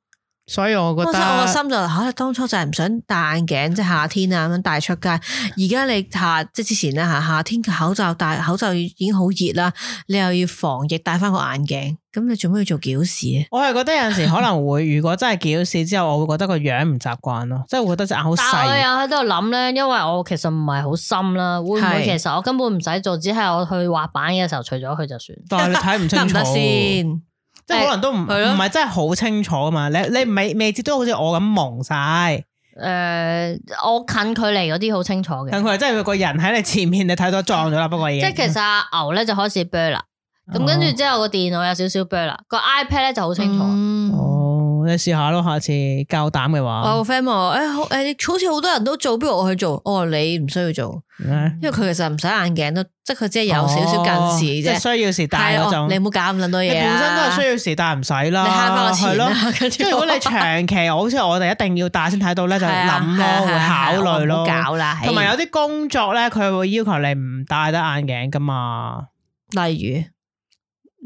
所以我
我
覺
真係我個
得
心就吓、啊，當初就係唔想戴眼鏡，即係夏天啊咁樣戴出街。而家你夏即係之前咧吓夏天嘅口罩戴口罩已經好熱啦，你又要防疫戴翻個眼鏡，咁你做咩要做矯視啊？
我係覺得有陣時可能會，如果真係矯視之後，我會覺得個樣唔習慣咯，即係會覺得隻眼好
但係我
細。
又喺度諗咧，因為我其實唔係好深啦，會唔會
係
其實我根本唔使做，只係我去滑板嘅時候除咗佢就算。
但係你睇唔
得
清
唔
楚，
得先？
即係可能都唔
係咯
唔係真係好清楚啊嘛！你你未未至都好似我咁蒙晒，
诶，我近距離嗰啲好清楚嘅。
但佢係真係個人喺你前面，你睇到撞咗啦。不過已
即
經
係其實阿牛咧就開始 blur 啦，
哦
咁跟住之後個電腦有少少 blur 啦，個 iPad 咧就好清楚。
嗯
哦，你試下咯，下次夠膽嘅話
我，個 friend 話：，誒、哎好誒、好似好多人都做，不如我去做。哦，你唔需要做，
嗯
因為佢其實唔使眼鏡都，即係佢只係有少少近視
哦
啫。
即係需要時戴
係
嗰
哦
種。
你唔好搞咁撚多
你
嘢啊
本身都係需要時戴，唔使啦，
你慳翻個
係
錢啊
咯
啦。跟住
即係如果你長期，好似我哋一定要戴先睇到咧，就
係啊
諗
係啊
咯，
係啊
會考慮
我唔好
咯。
搞啦，
同埋有啲工作咧，佢會要求你唔戴得眼鏡噶嘛，
有例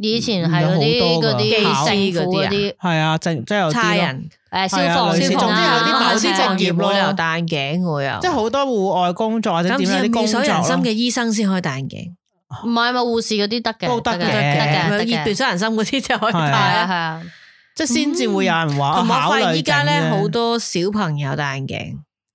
以前係嗰啲
有好多
嗰
㗎
啲
技師
政府
嗰啲啊
嗰啲
係啊，正即係有
如
啲
差
咯。
人、
诶消
係啊
防
類似
消防
總之有啲
啊，
某啲職業咯
冇理由戴眼鏡我又，
即係好多戶外工作或者
咁
點樣
只
啲
有
工
妙
作
手仁心
咯
嘅醫生先可以戴眼鏡，啊
唔係咪護士嗰啲得嘅，
都得
嘅，得
嘅
嘅，得
妙
嘅，
手仁心嗰啲就可以
係啊
戴
係啊係
啦。
啊，
即係先至會有人話
嗯同埋我
考
發現
慮
依家咧
緊啫啊
好多小朋友戴眼鏡，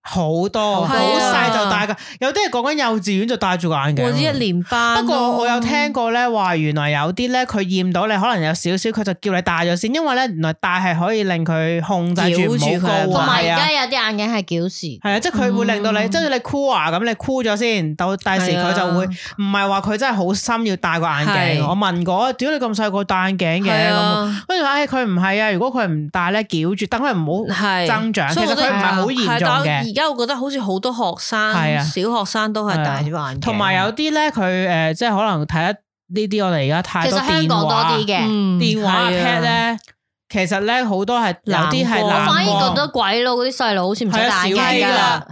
好多，好
係啊
細就戴噶，有啲係講緊幼稚園就戴住個眼鏡。
或者一年班咯。
不過我有聽過咧，話原來有啲咧，佢驗到你可能有少少，佢就叫你戴咗先，因為咧原來戴係可以令佢控制住唔
繞住佢
好
啊
高
同
啊，
埋
係
而
啊
家，有啲眼鏡係矯視，
係啊，即係佢會令到你，即係你箍啊咁，你箍咗先，到第時
嗯係啊
佢就會唔係話佢真係好心要戴個眼鏡。
係
我問過，屌你咁細個戴眼鏡嘅
係
咁，
啊，
跟住唉佢唔係啊，如果佢唔戴咧翹住，等佢唔好
係
增長
所以我覺得
其實佢唔係好嚴重嘅
係但係而家我覺得好似好多學生
係啊，
小學生都係戴咗眼鏡，
同埋有啲咧，佢誒、呃即係可能睇得呢啲，我哋而家
其
太多
實香
電
港多
話
啲，嘅。
嗯
電話啊
係啊
pad 咧，其實咧好多係有啲係
藍
我
光
反而覺
藍光，
得鬼佬嗰啲細路好似唔使戴
係啊
眼
少
鏡
啲
㗎啦
啦，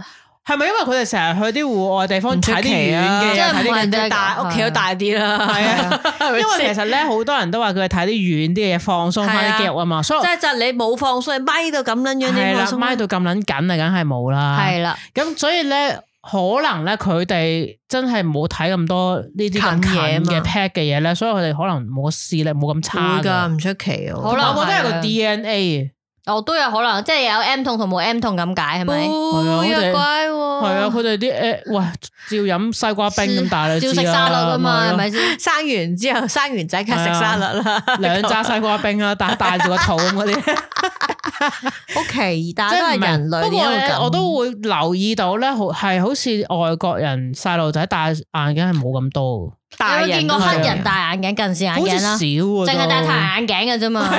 係咪因為佢哋成日去啲戶外地方
唔出
睇啲
奇
遠
啊
嘅，
即係
睇
唔係
啲
人哋
係
大屋企都大啲啦，
係啊，
係
因
咪
為
先
其實咧好多人都話佢哋睇啲遠啲嘅嘢，放鬆翻啲肌肉啊嘛，所以
即係就係你冇放鬆，你咪到咁撚樣
係
你
啦
放，鬆
咪到咁撚緊啊，梗係冇啦。
係啦，
咁所以咧，可能咧佢哋真係冇睇咁多呢啲咁
近嘢啊
近
嘛
嘅 pad 嘅嘢咧，所以佢哋可能冇視力冇咁差
會㗎，
㗎。
唔出奇啊。
好啦
我覺得係
係
個
啊
DNA，
我都有可能，即係有 M 痛同冇 M 痛咁解係咪？
係啊我
杯
哋
啊，乖
哦
係啊，
喎，
佢哋啲誒，喂，照飲西瓜冰咁大你
照
都
食
知
沙律啊嘛，係咪先？
生完之後生完仔梗係食沙律啦，
兩扎西瓜冰啦，但係帶住個肚咁嗰啲，
好奇，但
即
啊
係
係都
唔
係人
明。
類
不過
點解
咧
會，咁
我都會留意到咧，好係好似外國人細路仔戴眼鏡係冇咁多，
大
有冇
人
見
都
過
係
黑
啊
人戴眼鏡、近視眼
好似
鏡
少
啦？
喎，
淨係戴
都
太陽眼鏡嘅啫嘛，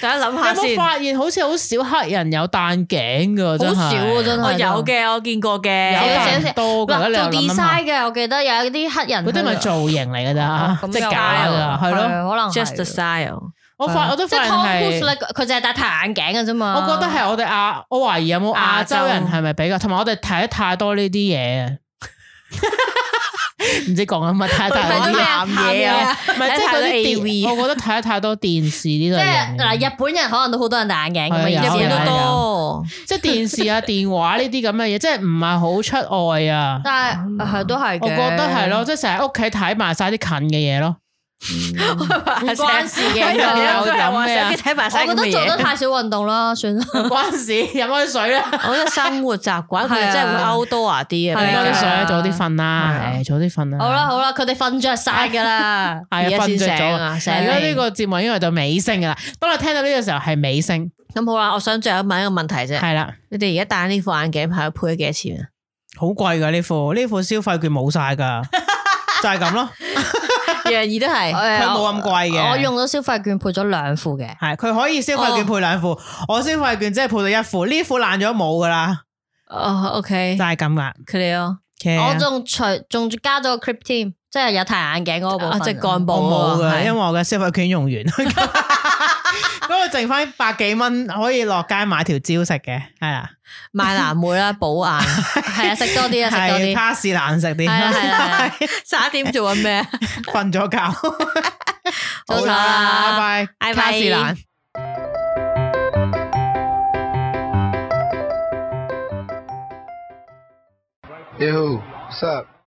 大家諗
有
下
冇
先，
發現好似好少黑人有戴眼鏡噶？
好
真係
少啊真係。
我有嘅，我見過嘅，
有
少
但
少
唔多㗎。
嗱
你
做
又諗下
design 哦嘅，我記得有啲黑人
啊嗰啲咪造型嚟㗎咋，即係假㗎，係咯。
可能
just the
啊係啊
style。
我發我都
即
發
係
現
Tom
係
Cruise 咧，，佢就係戴太陽眼鏡嘅啫嘛。
我覺得係我哋亞，我懷疑有冇亞洲人係咪比較，同埋我哋睇得太多呢啲嘢啊。 唔知講緊乜，太
睇
太
到
多
咩
啲，
啊
鹹嘢啊
唔係即係嗰啲
睇到
電
AV
我覺得睇得太多電視呢
即
類
係
型嘅，
嗱，日本人可能都好多人戴眼鏡
係啊
咁
日
啊，
本
有啊有
都
啊
多，
即係電視啊、電話呢啲咁嘅嘢，即係唔係好出外啊。
但係係都係嘅，
我覺得係咯，即係成日喺屋企睇埋晒啲近嘅嘢咯。
唔
關事嘅
有有
有
諗
咩
咩
啊
啊？睇埋
我
晒
覺
咁
得
嘅
做得
嘢。
太少運動啦，算啦。
唔關事，飲開水啦，
我覺得生活習慣佢
係啊
哋真係會 outdoor 啲
飲
係啊
多
啊，
啲水，早啲瞓啦
係，啊
誒，早啲瞓啦。
好啦好啦，佢哋瞓着晒㗎 啦，
係啊，瞓着咗啊
而家
先醒啊
而家
醒
呢個節目已經去到尾聲噶啦，當我聽到呢個時候係尾 聲，
咁好啦，我想最後問一個問題啫，
係啦，
你哋而家戴呢副眼鏡牌配咗幾多錢啊？
好貴噶呢副，呢副消費券冇晒 噶，就係咁咯，
楊怡都係
誒
佢冇咁貴嘅
我用咗消費券配咗兩副嘅，
係佢可以消費券配兩副，我消費券只係配到一副，呢副爛咗冇噶啦，
哦，OK，
就係咁啦。
佢哋哦咯，
我
OK
仲除仲加咗個 clip 添，即係有太眼鏡嗰個部
啊
分。
即係幹部
我冇
喎
噶，
係
因為我嘅消費券用 完， 咁我剩翻百幾蚊可以落街買條蕉食嘅，係啊啦，
賣藍莓啦，補 眼，
係啊，食多啲啊，食多
係
啲。
卡士難食啲，
係啦係啦，
十一點做緊 咩？啊
瞓咗覺。
早
好
唞
啦，
啦，
拜拜，
拜拜
卡士蘭。
Hey, who? What's up?